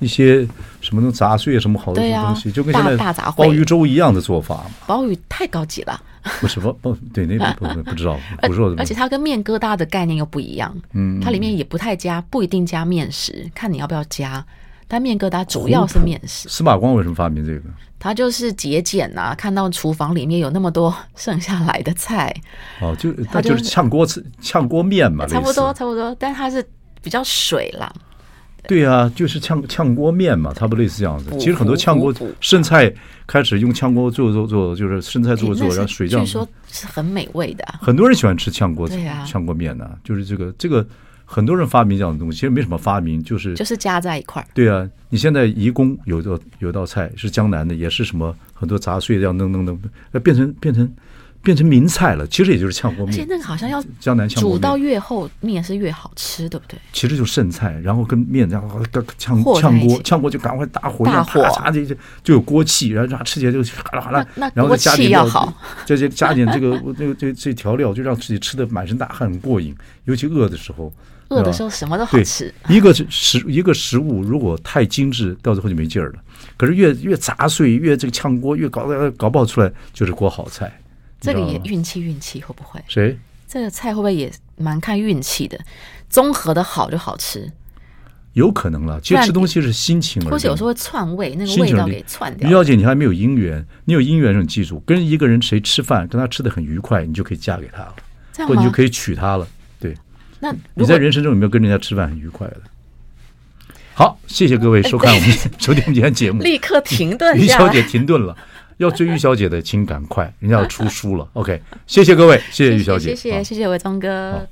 Speaker 1: 一些什么东杂碎啊，什么好
Speaker 2: 对
Speaker 1: 的
Speaker 2: 啊
Speaker 1: 东西，就跟
Speaker 2: 大
Speaker 1: 现在
Speaker 2: 大杂烩
Speaker 1: 鲍鱼粥一样的做法嘛。
Speaker 2: *laughs* 鲍鱼太高级了，
Speaker 1: 不是不不对，
Speaker 2: *laughs*
Speaker 1: 那不不不知道，不是我
Speaker 2: 而且它跟面疙瘩的概念又不一样，嗯，它里面也不太加，不一定加面食，看你要不要加。但面疙瘩主要是面食，
Speaker 1: 司马光为什么发明这个？
Speaker 2: 它就是节俭呐、看到厨房里面有那么多剩下来的菜，
Speaker 1: 哦，就
Speaker 2: 他
Speaker 1: 那
Speaker 2: 就
Speaker 1: 就是炝锅吃炝锅面嘛，
Speaker 2: 差不
Speaker 1: 类
Speaker 2: 多
Speaker 1: 似。
Speaker 2: 差不多，但它是比较水啦，
Speaker 1: 对啊，就是炝炝锅面嘛，它不类似这样子
Speaker 2: 补。
Speaker 1: 其实很多
Speaker 2: 补
Speaker 1: 炝锅
Speaker 2: 补补
Speaker 1: 生菜开始用炝锅做做做，就是生菜做
Speaker 2: 诶哎那
Speaker 1: 做，
Speaker 2: 是
Speaker 1: 然后水这样
Speaker 2: 据。说是很美味的啊、
Speaker 1: 很多人喜欢吃炝锅
Speaker 2: 对啊
Speaker 1: 炝锅面呢，就是这个这个很多人发明这样的东西，其实没什么发明，就是
Speaker 2: 就是加在一块儿。
Speaker 1: 对啊，你现在移工有道有道菜是江南的，也是什么很多杂碎这样弄弄弄，呃变成变成变成名菜了，其实也就是炝锅
Speaker 2: 而且
Speaker 1: 面，
Speaker 2: 那个好像要
Speaker 1: 江南炝锅
Speaker 2: 煮到
Speaker 1: 面
Speaker 2: 越后面是越好吃，对不对？
Speaker 1: 其实就是剩菜，然后跟面然后跟炝
Speaker 2: 和在一
Speaker 1: 炝
Speaker 2: 起
Speaker 1: 锅炝锅就赶快大火
Speaker 2: 大
Speaker 1: 一样
Speaker 2: 火
Speaker 1: 啪嚓就就就有锅气，然后让吃起来就哗啦哗啦
Speaker 2: 那那，
Speaker 1: 然后再加
Speaker 2: 锅气
Speaker 1: 点
Speaker 2: 要
Speaker 1: 料
Speaker 2: 好，
Speaker 1: *laughs* 再加加点这个这个这这调料，就让自己吃的满身大汗很过瘾，尤其饿的时候，
Speaker 2: 饿
Speaker 1: 对
Speaker 2: 的
Speaker 1: 吧
Speaker 2: 时候什么都好
Speaker 1: 对
Speaker 2: 吃，，
Speaker 1: 一个是食一个食物如果太精致，到最后就没劲儿了。可是越越杂碎，越这个炝锅，越搞搞不好出来就是锅好菜。你
Speaker 2: 这个
Speaker 1: 知道
Speaker 2: 也
Speaker 1: 吗
Speaker 2: 运气运气会不会？
Speaker 1: 谁？
Speaker 2: 这个菜会不会也蛮看运气的？综合的好就好吃，
Speaker 1: 有可能了。其实
Speaker 2: 不然
Speaker 1: 吃东西是心情而定，
Speaker 2: 或者有时候会窜味，那个
Speaker 1: 心
Speaker 2: 味
Speaker 1: 情而
Speaker 2: 道
Speaker 1: 定
Speaker 2: 给窜
Speaker 1: 于
Speaker 2: 掉。
Speaker 1: 小姐，你还没有姻缘，你有姻缘的时候，你记住，跟一个人谁吃饭，跟他吃的很愉快，你就可以嫁给他了，
Speaker 2: 这样
Speaker 1: 或者你就
Speaker 2: 吗
Speaker 1: 可？以娶她了。对，
Speaker 2: 那
Speaker 1: 你
Speaker 2: 如
Speaker 1: 在
Speaker 2: 果
Speaker 1: 人生中有没有跟人家吃饭很愉快的？好，谢谢各位
Speaker 2: *laughs*
Speaker 1: 收看我们收听我们今天节目。
Speaker 2: 立刻停顿
Speaker 1: 于
Speaker 2: 下
Speaker 1: 小姐
Speaker 2: 来，
Speaker 1: 停顿了，要追于小姐的，请赶快，人家要出书了。OK，谢谢各位，谢谢于小姐，
Speaker 2: 谢谢谢谢
Speaker 1: 啊
Speaker 2: 谢谢伟忠
Speaker 1: 好
Speaker 2: 哥。